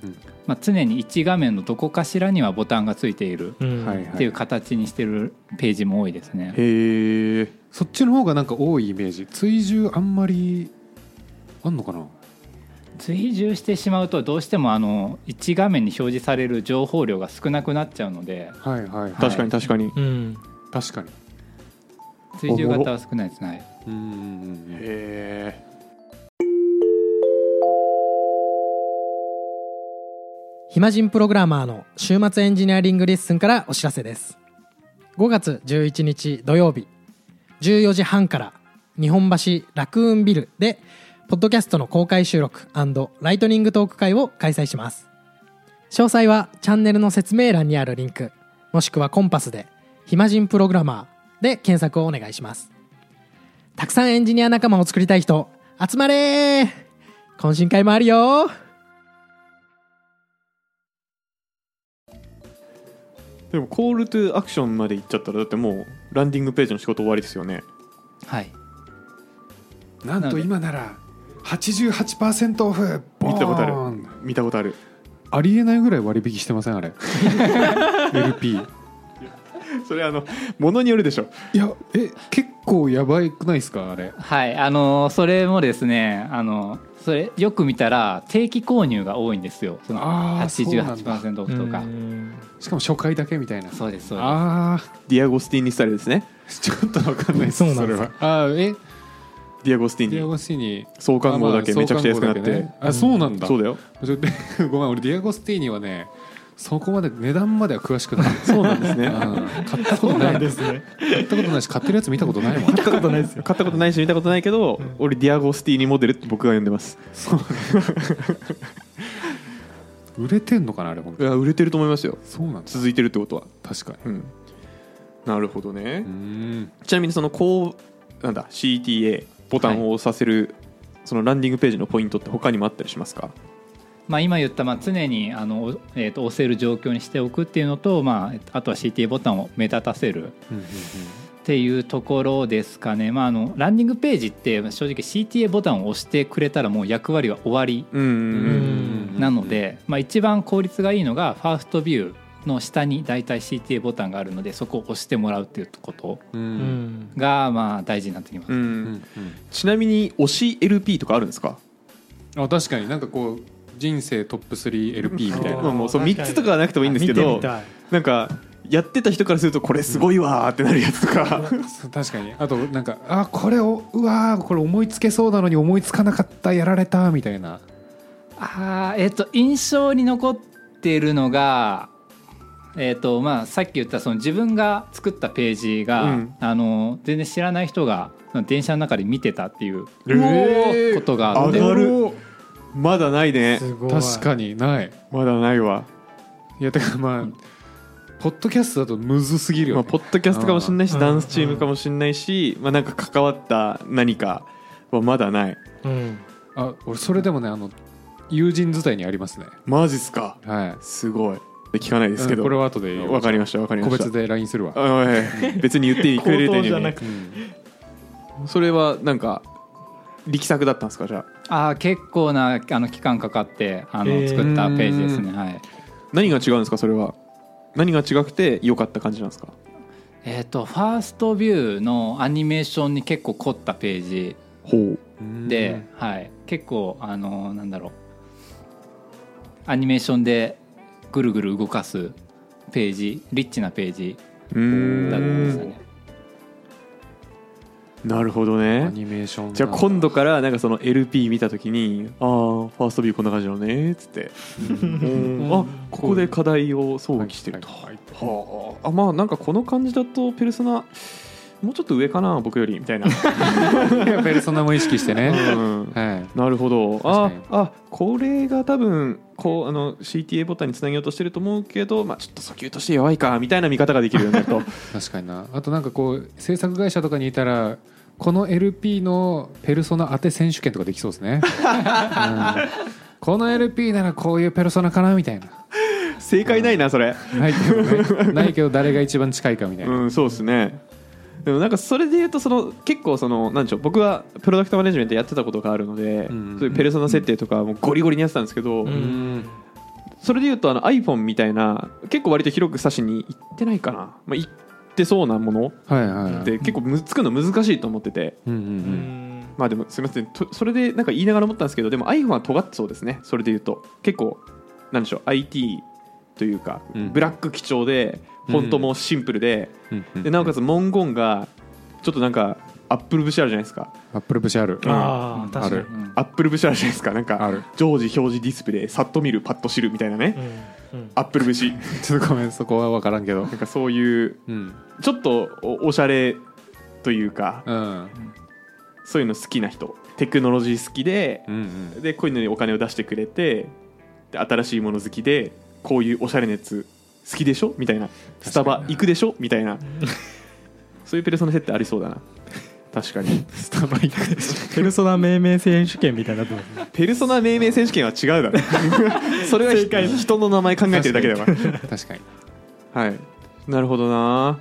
Speaker 4: まあ、常に1画面のどこかしらにはボタンがついている
Speaker 2: う
Speaker 3: う
Speaker 2: ん
Speaker 3: ん
Speaker 2: はいはい
Speaker 4: っていう形にしてるページも多いですね。
Speaker 1: へえ
Speaker 2: そっちの方がなんか多いイメージ追従あんまりあんのかな
Speaker 4: 追従してしまうとどうしてもあの1画面に表示される情報量が少なくなっちゃうので
Speaker 2: はいはい、はい、
Speaker 1: 確かに確かに、
Speaker 3: うん
Speaker 2: 確かに
Speaker 4: 追従型は少ないですね。
Speaker 2: うんうんうんうん
Speaker 1: へ
Speaker 5: 暇人プログラマーの週末エンジニアリングレッスンからお知らせです5月11日土曜日14時半から日本橋ラクーンビルでポッドキャストの公開収録ライトニングトーク会を開催します詳細はチャンネルの説明欄にあるリンクもしくはコンパスで「暇人プログラマー」で検索をお願いしますたくさんエンジニア仲間を作りたい人集まれー懇親会もあるよ
Speaker 1: ーでもコール・トゥ・アクションまで行っちゃったらだってもうランディングページの仕事終わりですよね
Speaker 4: はい、
Speaker 2: なんと今なら88%オフボーン
Speaker 1: 見たことある見たことある
Speaker 2: ありえないぐらい割引してませんあ れ LP
Speaker 1: それあのものによるでしょ
Speaker 2: いやえ結構やばくないですかあれ
Speaker 4: はいあのそれもですねあのそれよく見たら定期購入が多いんですよその
Speaker 2: あーそうなんだ
Speaker 4: 88%オフとか
Speaker 2: しかも初回だけみたいな
Speaker 4: そうですそうです
Speaker 2: あ
Speaker 1: ディアゴスティーニスタイルですね
Speaker 2: ーちょっとわかんないです
Speaker 5: そうなん
Speaker 2: そ
Speaker 5: で
Speaker 2: れ
Speaker 5: す
Speaker 2: はあーえ
Speaker 1: ディアゴスティー
Speaker 2: ディア
Speaker 1: ニ
Speaker 2: ゴスティーニ
Speaker 1: 創刊号だけめちゃくちゃ安くなって、
Speaker 2: あそうなんだ
Speaker 1: そうだよ
Speaker 2: ちょっと ごめん俺ディアゴスティーニはねそこまで値段までは詳しくない
Speaker 1: そうなんですね
Speaker 2: うん買ったことない
Speaker 5: ですね
Speaker 2: 買ったことないし買ってるやつ見たことないもん
Speaker 1: 買ったことないですよ買ったことないし見たことないけど、俺ディアゴスティーニモデルって僕が呼んでます
Speaker 2: 売れてんのかなあれ本
Speaker 1: い
Speaker 2: 当に
Speaker 1: や売れてると思いますよ
Speaker 2: そうなんです
Speaker 1: 続いてるってことは
Speaker 2: 確かに
Speaker 1: うんなるほどね
Speaker 2: うー、ん
Speaker 1: ちなみにそのこうなんだ CTA ボタンを押させる、そのランディングページのポイントって他にもあったりしますか
Speaker 4: まあ、今言ったまあ常にあの、おえー、と押せる状況にしておくっていうのと、まあ、あとは CT ボタンを目立たせるっていうところですかね、まあ、あのランディングページって正直 CTA ボタンを押してくれたらもう役割は終わり
Speaker 1: うんうん
Speaker 2: う
Speaker 1: うん
Speaker 2: う
Speaker 1: ん
Speaker 2: んうん
Speaker 4: なので、まあ、一番効率がいいのがファーストビューの下に大体 CTA ボタンがあるのでそこを押してもらうっていうこと
Speaker 2: う
Speaker 5: うんん
Speaker 4: がまあ大事になってきます、
Speaker 1: う
Speaker 2: うんん
Speaker 1: ちなみに推し LP とかあるんですか
Speaker 2: うんあ確かになんかこう人生トップ 3LP みたい
Speaker 5: あ
Speaker 2: な
Speaker 5: ー
Speaker 1: まあもうそう
Speaker 5: 確
Speaker 1: 3
Speaker 5: かに
Speaker 1: つとかはなくてもいいんですけ
Speaker 5: 見て
Speaker 1: ど
Speaker 5: みたい
Speaker 1: なんかやってた人からするとこれすごいわーってなるやつとか、
Speaker 2: そう確かにあとなんかあこれをうわーこれ思いつけそうなのに思いつかなかったやられたみたいな
Speaker 4: あーえっ、と印象に残ってるのがえっ、とまあさっき言ったその自分が作ったページが、
Speaker 1: うん
Speaker 4: あの全然知らない人が電車の中で見てたっていう
Speaker 1: えー
Speaker 4: ことがあって、
Speaker 1: 上がるまだないね
Speaker 5: すごい
Speaker 2: 確かにない
Speaker 1: まだないわ、
Speaker 2: いやだからまあポッドキャストだとむずすぎるよ、
Speaker 1: まあ、
Speaker 2: ね
Speaker 1: ポッドキャストかもしれないし
Speaker 5: うん
Speaker 1: ダンスチームかもしれないし、まあ、なんか関わった何かはまだない
Speaker 5: うん
Speaker 2: あ俺それでもねあの友人伝いにありますね
Speaker 1: マジっすか
Speaker 2: はい
Speaker 1: すごい聞かないですけ
Speaker 2: う
Speaker 1: ど、
Speaker 2: んこれは後で言う
Speaker 1: わかりましたわかりま
Speaker 2: 個
Speaker 1: した
Speaker 2: 別で LINE するわ
Speaker 1: あはい別に言 ってくれるといいのに
Speaker 2: うん
Speaker 1: それはなんか力作だったんですかじゃあ
Speaker 4: あー結構なあの期間かかってあの、
Speaker 5: えー
Speaker 4: 作ったページですねはい
Speaker 1: 何が違うんですかそれは何が違くて良かった感じなんですか
Speaker 4: えっ、とファーストビューのアニメーションに結構凝ったページ
Speaker 1: ほう
Speaker 4: で、はい、結構あのなんだろうアニメーションでぐるぐる動かすページリッチなページ
Speaker 1: うー
Speaker 4: だったんですよ
Speaker 1: ん
Speaker 4: ね
Speaker 1: なるほど
Speaker 2: ア
Speaker 1: ね
Speaker 2: ニメーションなんだ
Speaker 1: じゃあ今度からなんかその LP 見た時にああファーストビューこんな感じだよねっつって うんあここで課題を想起してると
Speaker 2: はい
Speaker 1: はああまあなんかこの感じだとペルソナもうちょっと上かな僕よりみた いな、
Speaker 2: やっぱりそんなもん意識してね
Speaker 1: うん
Speaker 2: はい
Speaker 1: なるほどあ
Speaker 2: 確かに
Speaker 1: あこれが多分こうあの CTA ボタンにつなげようとしてると思うけど、まあ、ちょっと訴求として弱いかみたいな見方ができるようになる と
Speaker 2: 確かになあとなんかこう制作会社とかにいたらこの LP のペルソナ当て選手権とかできそうです ね、うんこの LP ならこういうペルソナかなみたいな
Speaker 1: 正解ないなそれ
Speaker 2: ないけどねない けど誰が一番近いかみたいな、
Speaker 1: うんそうですねでもなんかそれで言うとその結構そのなんでしょう僕はプロダクトマネジメントやってたことがあるので、
Speaker 2: うん
Speaker 1: そういうペルソナ設定とかもゴリゴリにやってたんですけど、
Speaker 2: うん
Speaker 1: それで言うとあの iPhone みたいな結構割と広く指しに行ってないかな、まあ、行ってそうなもの
Speaker 2: はいはいはい
Speaker 1: って結構むつくの難しいと思ってて、
Speaker 2: うんうんう
Speaker 5: うんん
Speaker 1: まあでもすみませんとそれでなんか言いながら思ったんですけどでも iPhone は尖ってそうですねそれで言うと結構なんでしょう IT というか、
Speaker 2: うん
Speaker 1: ブラック基調でフォントもシンプルで,、
Speaker 2: うんうん
Speaker 1: でなおかつ文言がちょっとなんかアップル節あるじゃないですか
Speaker 2: アップル節ある
Speaker 5: ああ確かに
Speaker 2: ある
Speaker 4: うん
Speaker 1: アップル節あるじゃないですかなん
Speaker 2: あ
Speaker 1: か
Speaker 2: る
Speaker 1: 常時表示ディスプレイさっと見るパッと知るみたいなね、
Speaker 5: うんうん
Speaker 1: アップル節
Speaker 2: ちょっとごめんそこは分からんけど
Speaker 1: なんかそういう
Speaker 2: うん
Speaker 1: ちょっとおおしゃれというか
Speaker 2: うん
Speaker 1: そういうの好きな人テクノロジー好きで
Speaker 2: うんうん
Speaker 1: でこういうのにお金を出してくれてで新しいもの好きでこういうおしゃれなやつ好きでしょみたいなスタバ行くでしょみたいな そういうペルソナ設定ありそうだな確かに
Speaker 5: スタバ行くでしょペルソナ命名選手権みたいになってますね
Speaker 1: ペルソナ命名選手権は違う だろそれはひ人の名前考えてるだけだわ
Speaker 2: 確かに
Speaker 1: はいなるほどな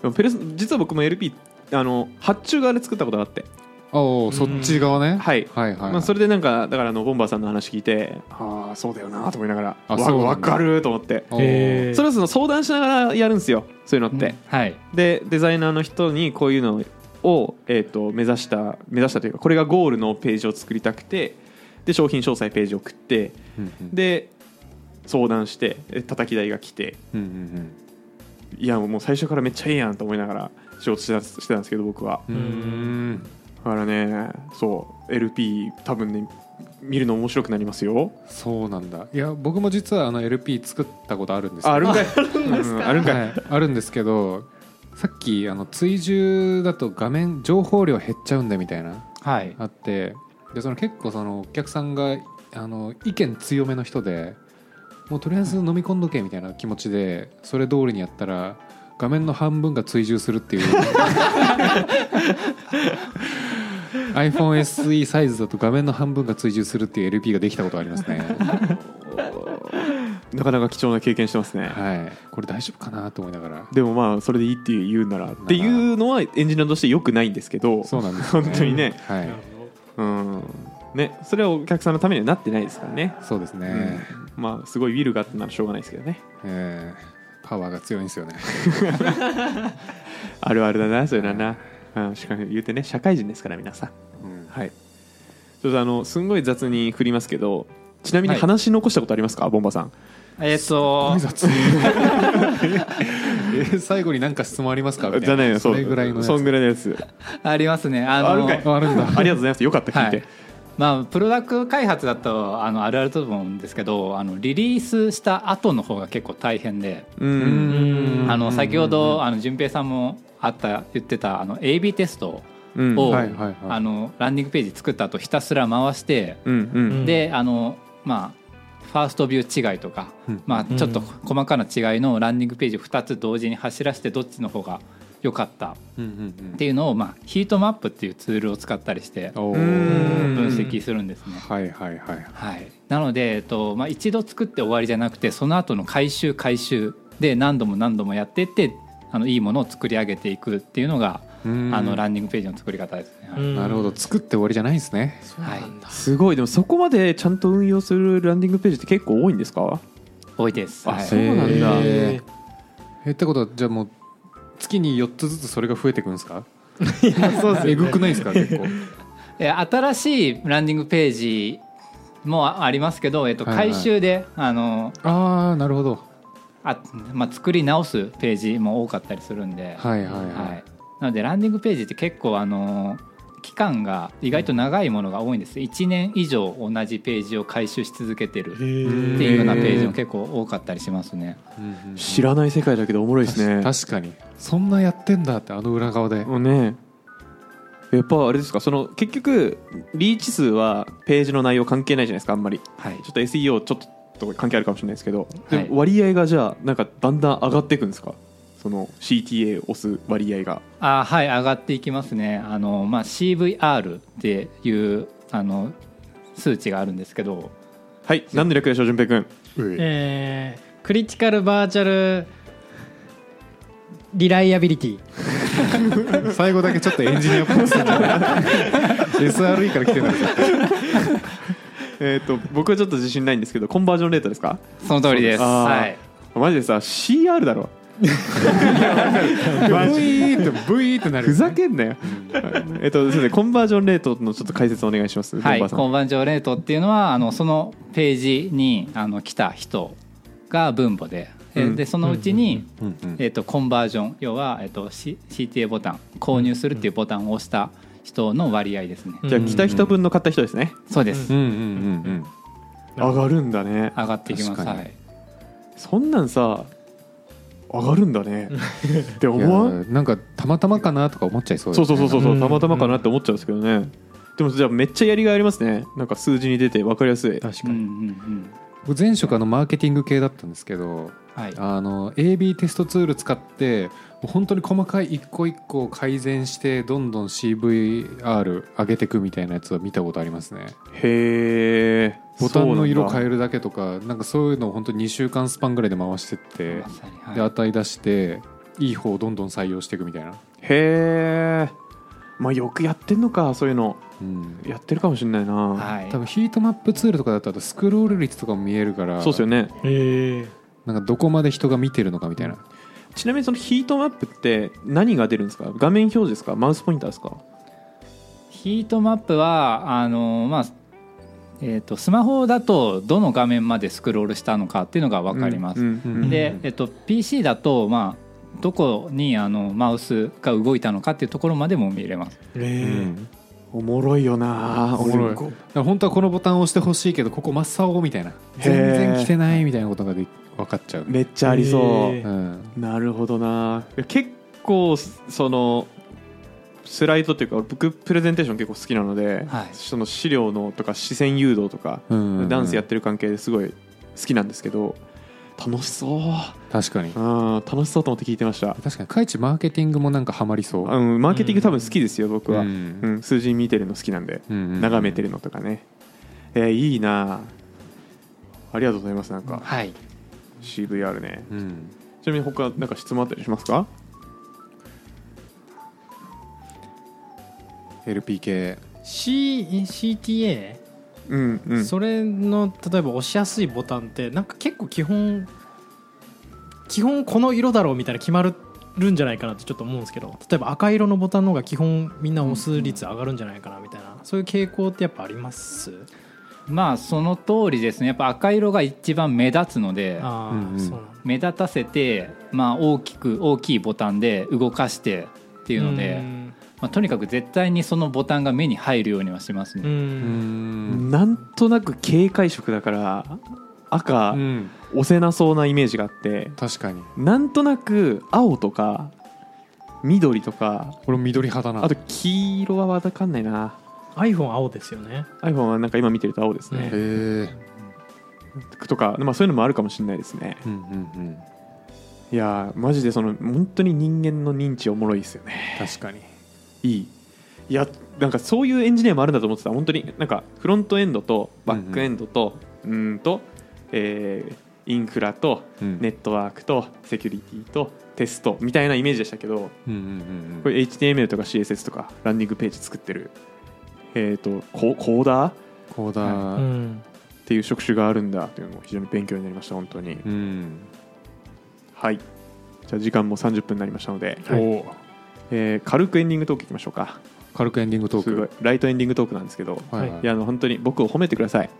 Speaker 1: でもペルソ実は僕も LP あの発注側で作ったことがあって
Speaker 2: おおそっち側ね
Speaker 1: はい
Speaker 2: はいはい
Speaker 1: まあ、それでなんかだからあのボンバーさんの話聞いてああそうだよなと思いながら
Speaker 2: あ
Speaker 1: わ
Speaker 2: そうな
Speaker 1: わ
Speaker 2: んだ
Speaker 1: かると思って
Speaker 2: お
Speaker 5: へ
Speaker 2: ー
Speaker 5: え
Speaker 1: それはその相談しながらやるんですよそういうのって、
Speaker 4: はい
Speaker 1: でデザイナーの人にこういうのを、えー、と目指した目指したというかこれがゴールのページを作りたくてで商品詳細ページを送って
Speaker 2: うん
Speaker 1: で相談してえ叩き台が来て
Speaker 2: うんうん
Speaker 1: いやもう最初からめっちゃいいやんと思いながら仕事してたしてたんですけど僕は
Speaker 2: うんうん
Speaker 1: だからねそう LP 多分ね見るの面白くなりますよ
Speaker 2: そうなんだいや僕も実はあの LP 作ったことあるんですけど
Speaker 1: ああ るんかいうんあるんかい、
Speaker 2: はい、あるんですけどさっきあの追従だと画面情報量減っちゃうんだみたいな
Speaker 4: はい
Speaker 2: あってでその結構そのお客さんがあの意見強めの人でもうとりあえず飲み込んどけみたいな気持ちでそれ通りにやったら画面の半分が追従するっていう iPhoneSE サイズだと画面の半分が追従するっていう LP ができたことありますね
Speaker 1: なかなか貴重な経験してますね、
Speaker 2: はいこれ大丈夫かなと思いながら
Speaker 1: でもまあそれでいいって言うならっていうのはエンジニアとしてよくないんですけど
Speaker 2: そうなんですよ
Speaker 1: 本当にね
Speaker 2: はい
Speaker 1: うんねそれはお客さんのためにはなってないですからね、
Speaker 2: そうですね、
Speaker 1: うんまあすごいウィルがあったならしょうがないですけどね
Speaker 2: えーパワーが強いんですよね
Speaker 1: あるあるだなそういうのはな、うん、しかも言うてね社会人ですから皆さん
Speaker 2: うん
Speaker 1: はいちょっとあのすんごい雑に振りますけどちなみに
Speaker 4: はい
Speaker 1: 話し残したことありますか、ボンバさん
Speaker 4: えっ、と
Speaker 2: 挨拶え最後に何か質問ありますかみた
Speaker 1: じゃないよそ
Speaker 2: そ
Speaker 1: う
Speaker 2: れぐらいのやつ
Speaker 1: そんぐらいのやつ
Speaker 4: ありますねあの
Speaker 1: あるんかい
Speaker 2: ああるんだ
Speaker 1: ありがとうございますよかった聞い
Speaker 4: は
Speaker 1: て、
Speaker 4: いまあ、プロダクト開発だとあのあるあるだと思うんですけどあのリリースした後の方が結構大変で、
Speaker 1: うん
Speaker 2: うん
Speaker 4: あの先ほどあの順平さんもあった言ってたあの AB テスト
Speaker 1: うん
Speaker 4: を、
Speaker 2: はいはいはい
Speaker 4: あのランディングページ作った後ひたすら回して、
Speaker 1: うんうん
Speaker 4: であのまあファーストビュー違いとか、
Speaker 2: うん
Speaker 4: まあ、ちょっと細かな違いのランディングページを2つ同時に走らせてどっちの方が良かったっ
Speaker 2: うんうんうん
Speaker 4: ていうのを、まあ、ヒートマップっていうツールを使ったりして
Speaker 2: お
Speaker 1: う
Speaker 2: ー
Speaker 1: ん
Speaker 4: 分析するんですね。
Speaker 2: はいはいはい
Speaker 4: はい、なので、えっとまあ、一度作って終わりじゃなくてその後の回収回収で何度も何度もやっていってあのいいものを作り上げていくっていうのが、あのランディングページの作り方ですね。はい
Speaker 2: なるほど作って終わりじゃないんですね
Speaker 4: はい、
Speaker 1: すごいでもそこまでちゃんと運用するランディングページって結構多いんですか
Speaker 4: 多いです、
Speaker 1: あ
Speaker 4: はい
Speaker 1: そうなんだ
Speaker 2: えーえってことはじゃあもう月に4つずつそれが増えていくんですか
Speaker 1: そう
Speaker 2: えぐくないですか結構
Speaker 4: え新しいランディングページもありますけど、えっと、
Speaker 2: はいはい
Speaker 4: 回収で、あの
Speaker 2: ああなるほど
Speaker 4: あ、まあ、作り直すページも多かったりするんで、
Speaker 2: はいはいはい、
Speaker 4: はいなのでランディングページって結構あの期間が意外と長いものが多いんです1年以上同じページを回収し続けてるっていうようなページも結構多かったりしますね。
Speaker 2: うんうん
Speaker 1: 知らない世界だけどおもろいですね
Speaker 2: 確かにそんなやってんだってあの裏側で、
Speaker 1: もうねやっぱあれですかその結局リーチ数はページの内容関係ないじゃないですかあんまりち
Speaker 4: はい
Speaker 1: ょっと SEO ちょっと関係あるかもしれないですけど、で
Speaker 4: はい
Speaker 1: 割合がじゃあなんかだんだん上がっていくんですかその CTA 押す割合が
Speaker 4: あはい上がっていきますねあの、まあ、CVR っていうあの数値があるんですけど
Speaker 1: はい何の略でしょう淳平君
Speaker 3: えークリティカルバーチャルリライアビリティ
Speaker 2: 最後だけちょっとエンジニアっぽくするんじゃない SRE から来てるんですよ
Speaker 1: えっと僕はちょっと自信ないんですけどコンバージョンレートですか
Speaker 4: その通りです。
Speaker 1: そうあー
Speaker 4: はい
Speaker 1: マジでさ CR だろ
Speaker 2: ブイーってブイーってなる
Speaker 1: ふ
Speaker 2: よね
Speaker 1: ざけんなよ。えっと、すみません、コンバージョンレートのちょっと解説お願いします。
Speaker 4: は
Speaker 1: ボ
Speaker 4: い、
Speaker 1: ンバーさん
Speaker 4: 交番上レートっていうのはあのそのページにあの来た人が分母で、え
Speaker 1: うん
Speaker 4: でそのうちに、
Speaker 2: うんうん
Speaker 4: えー、とコンバージョン要は、えー、と C- CTA ボタン購入するっていうボタンを押した人の割合ですね、
Speaker 3: うん
Speaker 1: じゃあ、来た人分の買った人ですね。
Speaker 4: そうです、
Speaker 2: うんうんうん
Speaker 1: 上がるんだね。
Speaker 4: 上がっていきます
Speaker 2: 確かに
Speaker 4: はい
Speaker 1: そんなんさ。上がるんだね。って
Speaker 2: うんい
Speaker 1: 思
Speaker 2: や
Speaker 1: わん。
Speaker 2: ーなんかたまたまかなとか思っちゃいそう
Speaker 1: そう
Speaker 2: です
Speaker 1: そ
Speaker 2: ね
Speaker 1: うそうそうそう、
Speaker 3: うん
Speaker 1: たまたまかなって思っちゃうんですけどね。でも、じゃあ、めっちゃやりがいありますね。なんか数字に出て、わかりやすい。
Speaker 3: 確
Speaker 4: うんうんうん
Speaker 2: 僕前職あのマーケティング系だったんですけど
Speaker 4: はい
Speaker 2: あの AB テストツール使ってもう本当に細かい一個一個を改善してどんどん CVR 上げていくみたいなやつは見たことありますね
Speaker 1: へえ。
Speaker 2: ボタンの色変え
Speaker 1: る。
Speaker 2: るだけとかなんかそういうのを本当に2週間スパンぐらいで回してって
Speaker 4: まさに
Speaker 2: で
Speaker 4: はい
Speaker 2: 値出していい方をどんどん採用していくみたいな、
Speaker 1: へえ。まあ、よくやってんのか、そういうの。
Speaker 2: うん、
Speaker 1: やってるかもしれないな。
Speaker 4: はい
Speaker 2: 多分ヒートマップツールとかだったらスクロール率とかも見えるから
Speaker 1: そうですよね。
Speaker 3: え
Speaker 2: なんかどこまで人が見てるのかみたいな
Speaker 1: ちなみにそのヒートマップって何が出るんですか画面表示ですかマウスポインターですか
Speaker 4: ヒートマップはあのまあえー、とスマホだとどの画面までスクロールしたのかっていうのが分かります、
Speaker 1: うんうんうん
Speaker 4: で、えっと、PC だと、まあ、どこにあのマウスが動いたのかっていうところまでも見れます
Speaker 1: うんおもろいよな
Speaker 2: おもろ
Speaker 1: 俺
Speaker 2: いだから本当はこのボタンを押してほしいけどここ真っ青みたいな全然来てないみたいなことがで分かっちゃう、
Speaker 1: めっちゃありそう、
Speaker 2: う
Speaker 3: へ
Speaker 2: ん、
Speaker 1: なるほどな結構そのスライドっていうか僕プレゼンテーション結構好きなので、
Speaker 4: はい
Speaker 1: その資料のとか視線誘導とか、
Speaker 2: うんうん
Speaker 1: ダンスやってる関係ですごい好きなんですけど楽しそう
Speaker 2: 確かに
Speaker 1: うん楽しそうと思って聞いてました、
Speaker 2: 確かにカイチマーケティングもなんかハマりそう、
Speaker 1: うん、マーケティング多分好きですよ、僕は、
Speaker 2: う
Speaker 1: うん
Speaker 2: ん
Speaker 1: 数字見てるの好きなんで、
Speaker 2: うんうん
Speaker 1: 眺めてるのとかね、えーいいなありがとうございますなんか、
Speaker 3: はい
Speaker 1: CVR ね
Speaker 2: うん
Speaker 1: ちなみに他なんか質問あったりしますか
Speaker 2: LPK
Speaker 3: C CTA、
Speaker 1: うんうん
Speaker 3: それの例えば押しやすいボタンってなんか結構基本基本この色だろうみたいな決まるるんじゃないかなってちょっと思うんですけど例えば赤色のボタンの方が基本みんな押す率上がるんじゃないかなみたいな、そういう傾向ってやっぱあります
Speaker 4: まあその通りですねやっぱ赤色が一番目立つので
Speaker 3: ああ、
Speaker 2: うんうん
Speaker 3: そうなんだ
Speaker 4: 目立たせて、まあ、大きく大きいボタンで動かしてっていうので、
Speaker 3: ん
Speaker 4: まあ、とにかく絶対にそのボタンが目に入るようにはします
Speaker 3: う
Speaker 4: ね、
Speaker 3: ん
Speaker 2: ん
Speaker 1: なんとなく警戒色だから赤
Speaker 2: うん
Speaker 1: 押せなそうなイメージがあって
Speaker 2: 確かに
Speaker 1: なんとなく青とか緑とか
Speaker 2: これ緑派だな
Speaker 1: あと黄色は分かんないな
Speaker 3: iPhone 青ですよね
Speaker 1: iPhone はなんか今見てると青です
Speaker 2: へ
Speaker 1: ね、
Speaker 2: え
Speaker 1: とか、まあ、そういうのもあるかもしれないですね
Speaker 2: うんうんうん
Speaker 1: いやーマジでその本当に人間の認知おもろいですよね
Speaker 2: 確かに
Speaker 1: いいいやなんかそういうエンジニアもあるんだと思ってた本当になんかフロントエンドとバックエンドとうーん,、と、えーインフラと
Speaker 2: うん
Speaker 1: ネットワークとセキュリティとテストみたいなイメージでしたけど
Speaker 2: うんうんうんうん
Speaker 1: これ HTML とか CSS とかランディングページ作ってるえっ、とココーダーっ
Speaker 2: コーダ
Speaker 3: う
Speaker 2: ー
Speaker 3: ん
Speaker 1: ていう職種があるんだというのも非常に勉強になりました本当に
Speaker 2: うん
Speaker 1: はいじゃあ時間も30分になりましたので、
Speaker 3: はい
Speaker 2: おー
Speaker 1: えー軽くエンディングトークいきましょうか
Speaker 2: 軽くエンディングトー
Speaker 1: すごい
Speaker 2: ク
Speaker 1: ライトエンディングトークなんですけど、
Speaker 2: はいはい
Speaker 1: いやあの本当に僕を褒めてください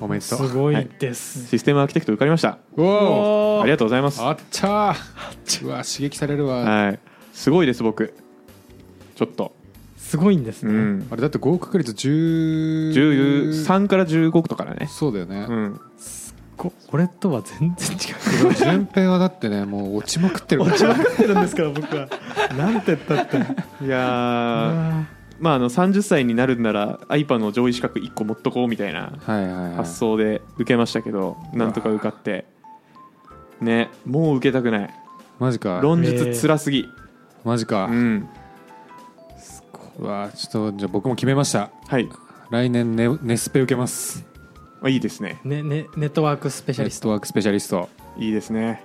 Speaker 2: おめですとう
Speaker 3: ごいです、
Speaker 1: システムアーキテクト受かりました
Speaker 2: おお
Speaker 1: あ
Speaker 3: お
Speaker 1: り
Speaker 3: ー
Speaker 1: がとうございます
Speaker 2: あっちゃーうわ刺激されるわ
Speaker 1: はいすごいです僕ちょっと
Speaker 3: すごいんです
Speaker 1: う
Speaker 3: ね、
Speaker 1: ん
Speaker 2: あれだって合格率10
Speaker 1: 13から15とかだね
Speaker 2: そうだよね
Speaker 1: うん
Speaker 3: こ俺とは全然違 う
Speaker 2: 順平はだってね もう落ちまくってるから
Speaker 3: 分かってるんですから僕はなんて言ったって
Speaker 1: いやー
Speaker 3: あ
Speaker 1: まああの30歳になるんなら iPad の上位資格1個持っとこうみたいな
Speaker 2: はいはいはい
Speaker 1: 発想で受けましたけどなんとか受かってねもう受けたくない
Speaker 2: マジか
Speaker 1: 論述つらすぎ
Speaker 2: マジか
Speaker 1: うん
Speaker 2: うわちょっとじゃあ僕も決めました
Speaker 1: はい
Speaker 2: 来年ネネスペ受けます
Speaker 1: あいいですね
Speaker 3: ーねねネットワークスペシャ
Speaker 2: ネ
Speaker 3: リ
Speaker 2: ッ
Speaker 3: ス
Speaker 2: トワークスペシャリスト
Speaker 1: いいですね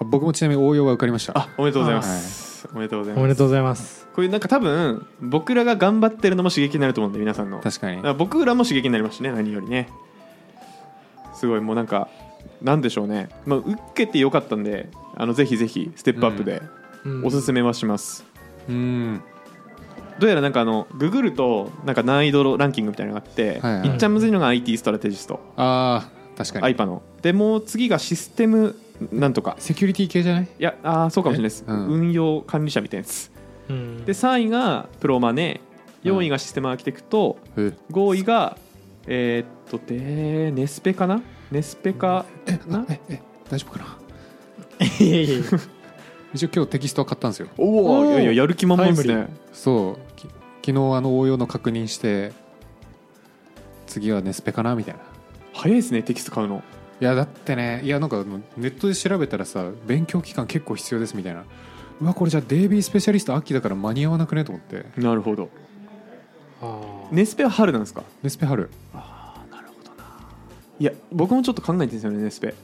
Speaker 2: あ僕もちなみに応用は受かりました
Speaker 1: あおめでとうございますおめでとうござい
Speaker 3: トお
Speaker 1: ま
Speaker 3: めですとうございます
Speaker 1: こういうなんか多分僕らが頑張ってるのも刺激になると思うんで皆さんの
Speaker 2: 確かに
Speaker 1: だから僕らも刺激になりましたね何よりねすごいもうなんかなんでしょうね、まあ、受けてよかったんであのぜひぜひステップアップでおすすめはします、
Speaker 2: うん
Speaker 1: どうやらなんかあのググるとなんか難易度ランキングみたいなのがあって、
Speaker 2: はい
Speaker 1: い
Speaker 2: はい
Speaker 1: っちゃむずいのが IT ストラテジスト、
Speaker 2: あー確かに
Speaker 1: IPA のでもう次がシステムなんとか
Speaker 2: セキュリティ系じゃない
Speaker 1: いやあーそうかもしれないです、
Speaker 2: うん
Speaker 1: 運用管理者みたいなやつ
Speaker 3: うん
Speaker 1: で3位がプロマネ4位がシステムアーキテクト、
Speaker 2: え
Speaker 1: 5位がえーっとでネスペかなネスペかな
Speaker 2: ええ大丈夫かない
Speaker 3: やいやいや
Speaker 2: 一応今日テキストは買ったんですよ
Speaker 1: おお
Speaker 3: おー
Speaker 1: いやいややる気満々です
Speaker 3: タイ
Speaker 1: ね
Speaker 2: そうき昨日あの応用の確認して次はネスペかなみたいな
Speaker 1: 早いですねテキスト買うの
Speaker 2: いやだってねいやなんかあのネットで調べたらさ勉強期間結構必要ですみたいなうわこれじゃあデイビースペシャリスト秋だから間に合わなくねと思って
Speaker 1: なるほど
Speaker 3: あー
Speaker 1: ネスペは春なんですか
Speaker 2: ネスペ春
Speaker 1: いや僕もちょっと考えてるんですよねネスペ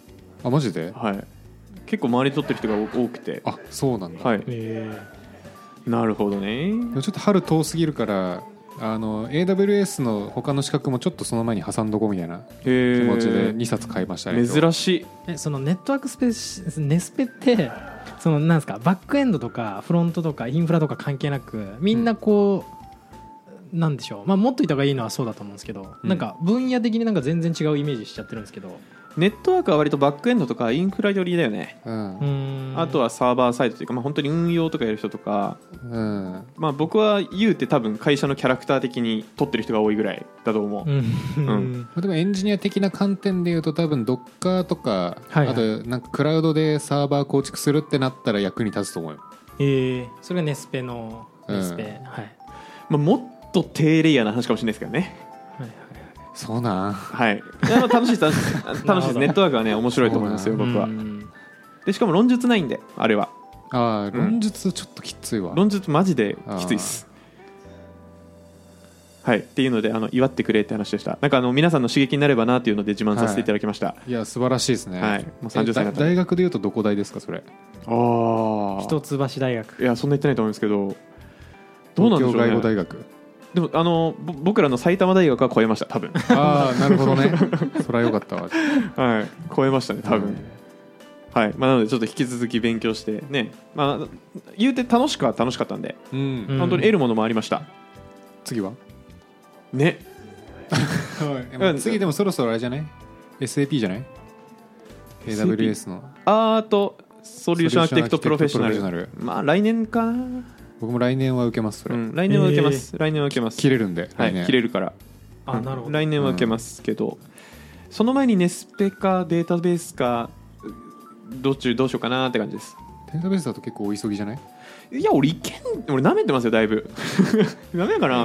Speaker 2: あマジで
Speaker 1: はい結構周りで撮ってる人が多多くて
Speaker 2: あそうなんだ、
Speaker 1: はい
Speaker 3: え
Speaker 1: なるほどね
Speaker 2: でもちょっと春遠すぎるからあの AWS の他の資格もちょっとその前に挟んどこうみたいな
Speaker 1: 気
Speaker 2: 気持ちで2冊買いましたね
Speaker 1: 珍しい
Speaker 3: えそのネットワークスペースネスペってそのなんですかバックエンドとかフロントとかインフラとか関係なくみんなこう、なんでしょう、まあ、もっと言った方がいいのはそうだと思うんですけど、
Speaker 2: うん
Speaker 3: なんか分野的になんか全然違うイメージしちゃってるんですけど
Speaker 1: ネットワークは割とバックエンドとかインフラ寄りだよね、
Speaker 2: うん
Speaker 3: うーん
Speaker 1: あとはサーバーサイドというか、まあ、本当に運用とかやる人とか、
Speaker 2: うん
Speaker 1: まあ、僕は言うて多分会社のキャラクター的に取ってる人が多いぐらいだと思う、
Speaker 3: うん、
Speaker 1: ん
Speaker 2: まあでもエンジニア的な観点でいうと多分 Docker とか、
Speaker 3: はいはい
Speaker 2: あとなんかクラウドでサーバー構築するってなったら役に立つと思うよ
Speaker 3: えーそれがネスペの
Speaker 2: うん
Speaker 3: ネスペ、はい
Speaker 1: まあ、もっと低レイヤーな話かもしれないですけどね
Speaker 3: はい
Speaker 2: そうなん
Speaker 1: はいあの楽しいです楽しいです
Speaker 3: なる
Speaker 1: 楽しいで
Speaker 3: ほ
Speaker 1: す
Speaker 3: ど
Speaker 1: ネットワークはね面白いと思いますよ
Speaker 3: はい
Speaker 1: 僕は
Speaker 3: うん
Speaker 1: でしかも論述ないんであれは
Speaker 2: ああ論述ちょっときついわ、
Speaker 1: 論述マジできついっすはいっていうのであの祝ってくれって話でしたなんかあの皆さんの刺激になればなっていうので自慢させていただきました、
Speaker 2: いや素晴らしいですね、
Speaker 1: はいもう30歳にな
Speaker 2: え
Speaker 1: っ
Speaker 2: だ
Speaker 1: た
Speaker 2: 大学でいうとどこ大ですかそれ
Speaker 1: ああ
Speaker 3: 一橋大学
Speaker 1: いやそんな言ってないと思うんですけどどうなんでしょう
Speaker 2: 東京外語
Speaker 1: ね
Speaker 2: 大学
Speaker 1: でもあのぼ僕らの埼玉大学は超えました 多分
Speaker 2: ああなるほ どねそりゃよかったわ
Speaker 1: はい超えましたね多分、
Speaker 2: うん
Speaker 1: はいまあ、なのでちょっと引き続き勉強してね、まあ、言うて楽しくは楽しかったんで、
Speaker 2: うん、
Speaker 3: ん
Speaker 1: 本当に得るものもありました
Speaker 2: 次は、
Speaker 1: ね
Speaker 2: はい、次でもそろそろあれじゃない ?SAP じゃない ?AWS の
Speaker 1: アートソリューションアーキテクトプロフェッショナル
Speaker 2: ソリューションアーキテクトプロフェッショナ
Speaker 1: まあ来年かな、
Speaker 2: 僕も来年は受けますそうれ、
Speaker 1: ん、来年は受けます、来年は受けます
Speaker 2: 切れるんで
Speaker 1: はい、切れるから
Speaker 3: あなるほど
Speaker 1: 来年は受けますけど、その前にネスペかデータベースかどっちどうしようかなって感じです
Speaker 2: データベースだと結構お急ぎじゃない
Speaker 1: いや俺いけん俺なめてますよだいぶ なめかな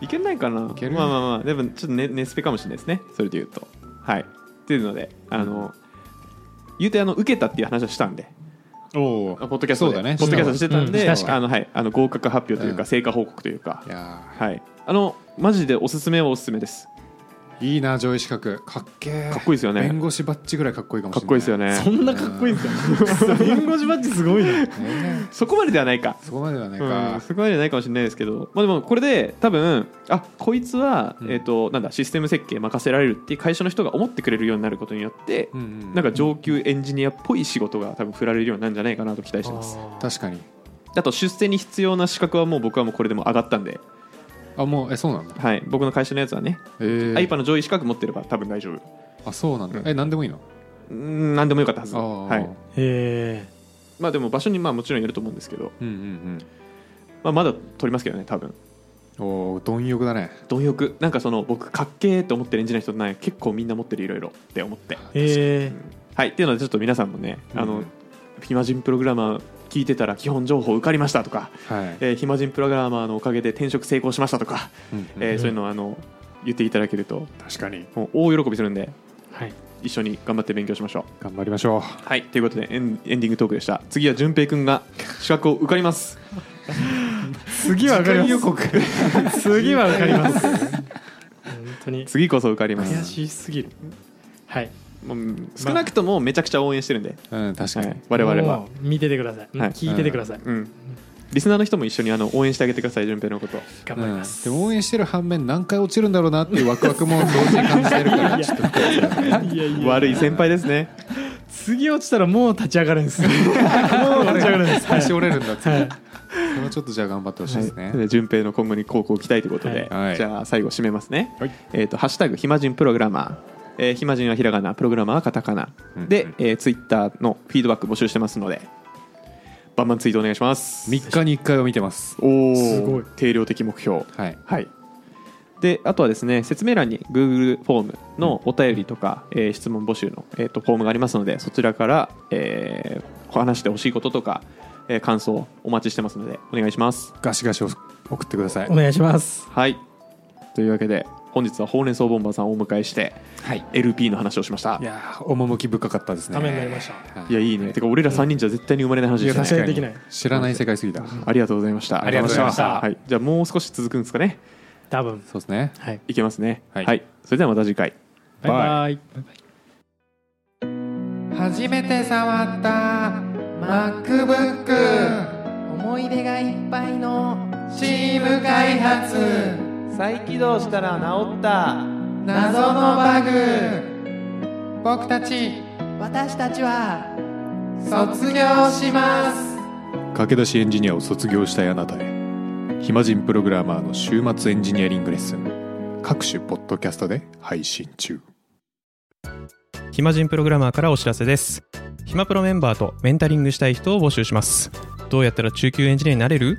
Speaker 1: いけないかない
Speaker 2: ける
Speaker 1: まあまあまあでもちょっとねネスペかもしれないですねそれで言うとはいっていうのであの、言うてあの受けたっていう話はしたんで
Speaker 2: お
Speaker 1: ポッドキャスト
Speaker 2: そう
Speaker 1: で
Speaker 2: だね
Speaker 1: ポッドキャストしてたんで、
Speaker 3: うん確かに
Speaker 1: あのはい、あの合格発表というか、
Speaker 2: うん
Speaker 1: 成果報告というか
Speaker 2: いや
Speaker 1: はいあのマジでおすすめはおすすめです
Speaker 2: ーいいな上位資格かっけー
Speaker 1: かっこいいですよね
Speaker 2: 弁護士バッジぐらいかっこいいかもし
Speaker 1: か
Speaker 2: れ
Speaker 1: っ
Speaker 2: ない
Speaker 1: こいいですよね
Speaker 3: そんなかっこいいんですか弁護士バッジすごいね
Speaker 2: ねね
Speaker 1: そこまでではないか
Speaker 2: そこまではない
Speaker 1: うん、
Speaker 2: か、
Speaker 1: そこまでじゃないかもしれないですけど、まあ、でもこれで多分あこいつは、
Speaker 2: うん
Speaker 1: えー、となんだシステム設計任せられるっていう会社の人が思ってくれるようになることによって、
Speaker 2: うんうん
Speaker 1: なんか上級エンジニアっぽい仕事が多分振られるようになるんじゃないかなと期待してます
Speaker 2: 確かに
Speaker 1: あと出世に必要な資格はもう僕はもうこれでもう上がったんで、
Speaker 2: あもうえそうなんだ
Speaker 1: はい、僕の会社のやつはね、
Speaker 2: えー
Speaker 1: IPA の上位資格持ってれば多分大丈夫
Speaker 2: あそうなんだ、
Speaker 1: うん
Speaker 2: え何でもいいの
Speaker 1: うん何でもよかったはず、
Speaker 2: あー
Speaker 1: はい
Speaker 3: へえ
Speaker 1: まあ、でも場所にまあもちろんよると思うんですけど、
Speaker 2: うんうん
Speaker 1: まあ、まだ取りますけどね多分
Speaker 2: うんおお貪欲だね
Speaker 1: 貪欲なんかその僕かっけーって思ってるエンジニアの人ない結構みんな持ってるいろいろって思って
Speaker 3: え
Speaker 1: はい、っていうのでちょっと皆さんもね、あ
Speaker 2: う
Speaker 1: の
Speaker 2: ん
Speaker 1: 暇人プログラマー聞いてたら基本情報受かりましたとか、
Speaker 2: はい、
Speaker 1: えー暇人プログラマーのおかげで転職成功しましたとか、
Speaker 2: うん
Speaker 1: えーそういうのをあの言っていただけると
Speaker 2: 確かに
Speaker 1: もう大喜びするんで
Speaker 3: はい
Speaker 1: 一緒に頑張って勉強しましょう。
Speaker 2: 頑張りましょう
Speaker 1: はいということでエンエンディングトークでした次は淳平君が資格を受かります
Speaker 3: 次は分かります予告 次は分かります本当に
Speaker 1: 次こそ受かります
Speaker 3: 悔しすぎるはい
Speaker 1: もう少なくともめちゃくちゃ応援してるんで、
Speaker 2: うん確か
Speaker 1: は
Speaker 2: に、
Speaker 1: い、我々は
Speaker 3: も、う見ててください、うん
Speaker 1: はい
Speaker 3: 聞いててください、
Speaker 1: うん、リスナーの人も一緒にあの応援してあげてください淳平のこと
Speaker 3: 頑
Speaker 2: う
Speaker 3: 張り
Speaker 2: ん
Speaker 3: ま、、
Speaker 2: ですも応援してる反面何回落ちるんだろうなっていうワクワクも同時に感じてるか らちょっと複雑だね
Speaker 3: いやいや
Speaker 1: 悪い先輩ですね
Speaker 3: 次落ちたらもう立ち上がるんです もう立ち上がるんです
Speaker 2: 最初折れるんだって、
Speaker 3: はい
Speaker 2: それはちょっとじゃあ頑張ってほしいですね、
Speaker 1: はい、順平の今後に高校を期待ということで、
Speaker 2: はい
Speaker 1: じゃあ最後締めますね、
Speaker 2: はい
Speaker 1: えっ、と「ハッシュタグ暇人プログラマー」えー暇人はひらがなプログラマーはカタカナ、
Speaker 2: うん
Speaker 1: で、えー、ツイッターのフィードバック募集してますのでバンバンツイートお願いします
Speaker 2: 3日に1回は見てます
Speaker 1: おお
Speaker 3: すごい
Speaker 1: 定量的目標
Speaker 2: はい
Speaker 1: はいであとはですね説明欄に Google フォームのお便りとか、えー質問募集の、えー、とフォームがありますのでそちらから、えー話してほしいこととか、えー感想お待ちしてますのでお願いします
Speaker 2: ガシガシ送ってください
Speaker 5: お願いします
Speaker 1: はい。というわけで、本日はほうれん草ボンバーさんをお迎えして、
Speaker 2: はい
Speaker 1: LP の話をしました。
Speaker 2: い
Speaker 1: いや、
Speaker 2: やー趣深かったですね
Speaker 3: ためになりました
Speaker 2: はい
Speaker 1: いいね。てか、俺ら3人じゃ絶対に生まれない話
Speaker 2: い
Speaker 1: でした
Speaker 2: や確
Speaker 1: ね。
Speaker 2: か
Speaker 3: でき
Speaker 2: に
Speaker 3: ない
Speaker 2: 知らない世界すぎた
Speaker 1: ありがとうございました。
Speaker 2: ありがとうございました
Speaker 1: はい。じゃあ、もう少し続くんですかね。
Speaker 3: 多分
Speaker 2: そうですね
Speaker 3: はい
Speaker 1: いけますね。
Speaker 2: はい
Speaker 1: はい。それではまた次回。
Speaker 3: バイバイ
Speaker 5: 初めて触った MacBook 思い出がいっぱいの
Speaker 6: チーム開発再起動したら治った謎のバグ僕たち私たちは卒業します
Speaker 2: 駆け出しエンジニアを卒業したいあなたへ暇人プログラマーの週末エンジニアリングレッスン各種ポッドキャストで配信中
Speaker 7: 暇人プログラマーからお知らせです暇プロメンバーとメンタリングしたい人を募集しますどうやったら中級エンジニアになれる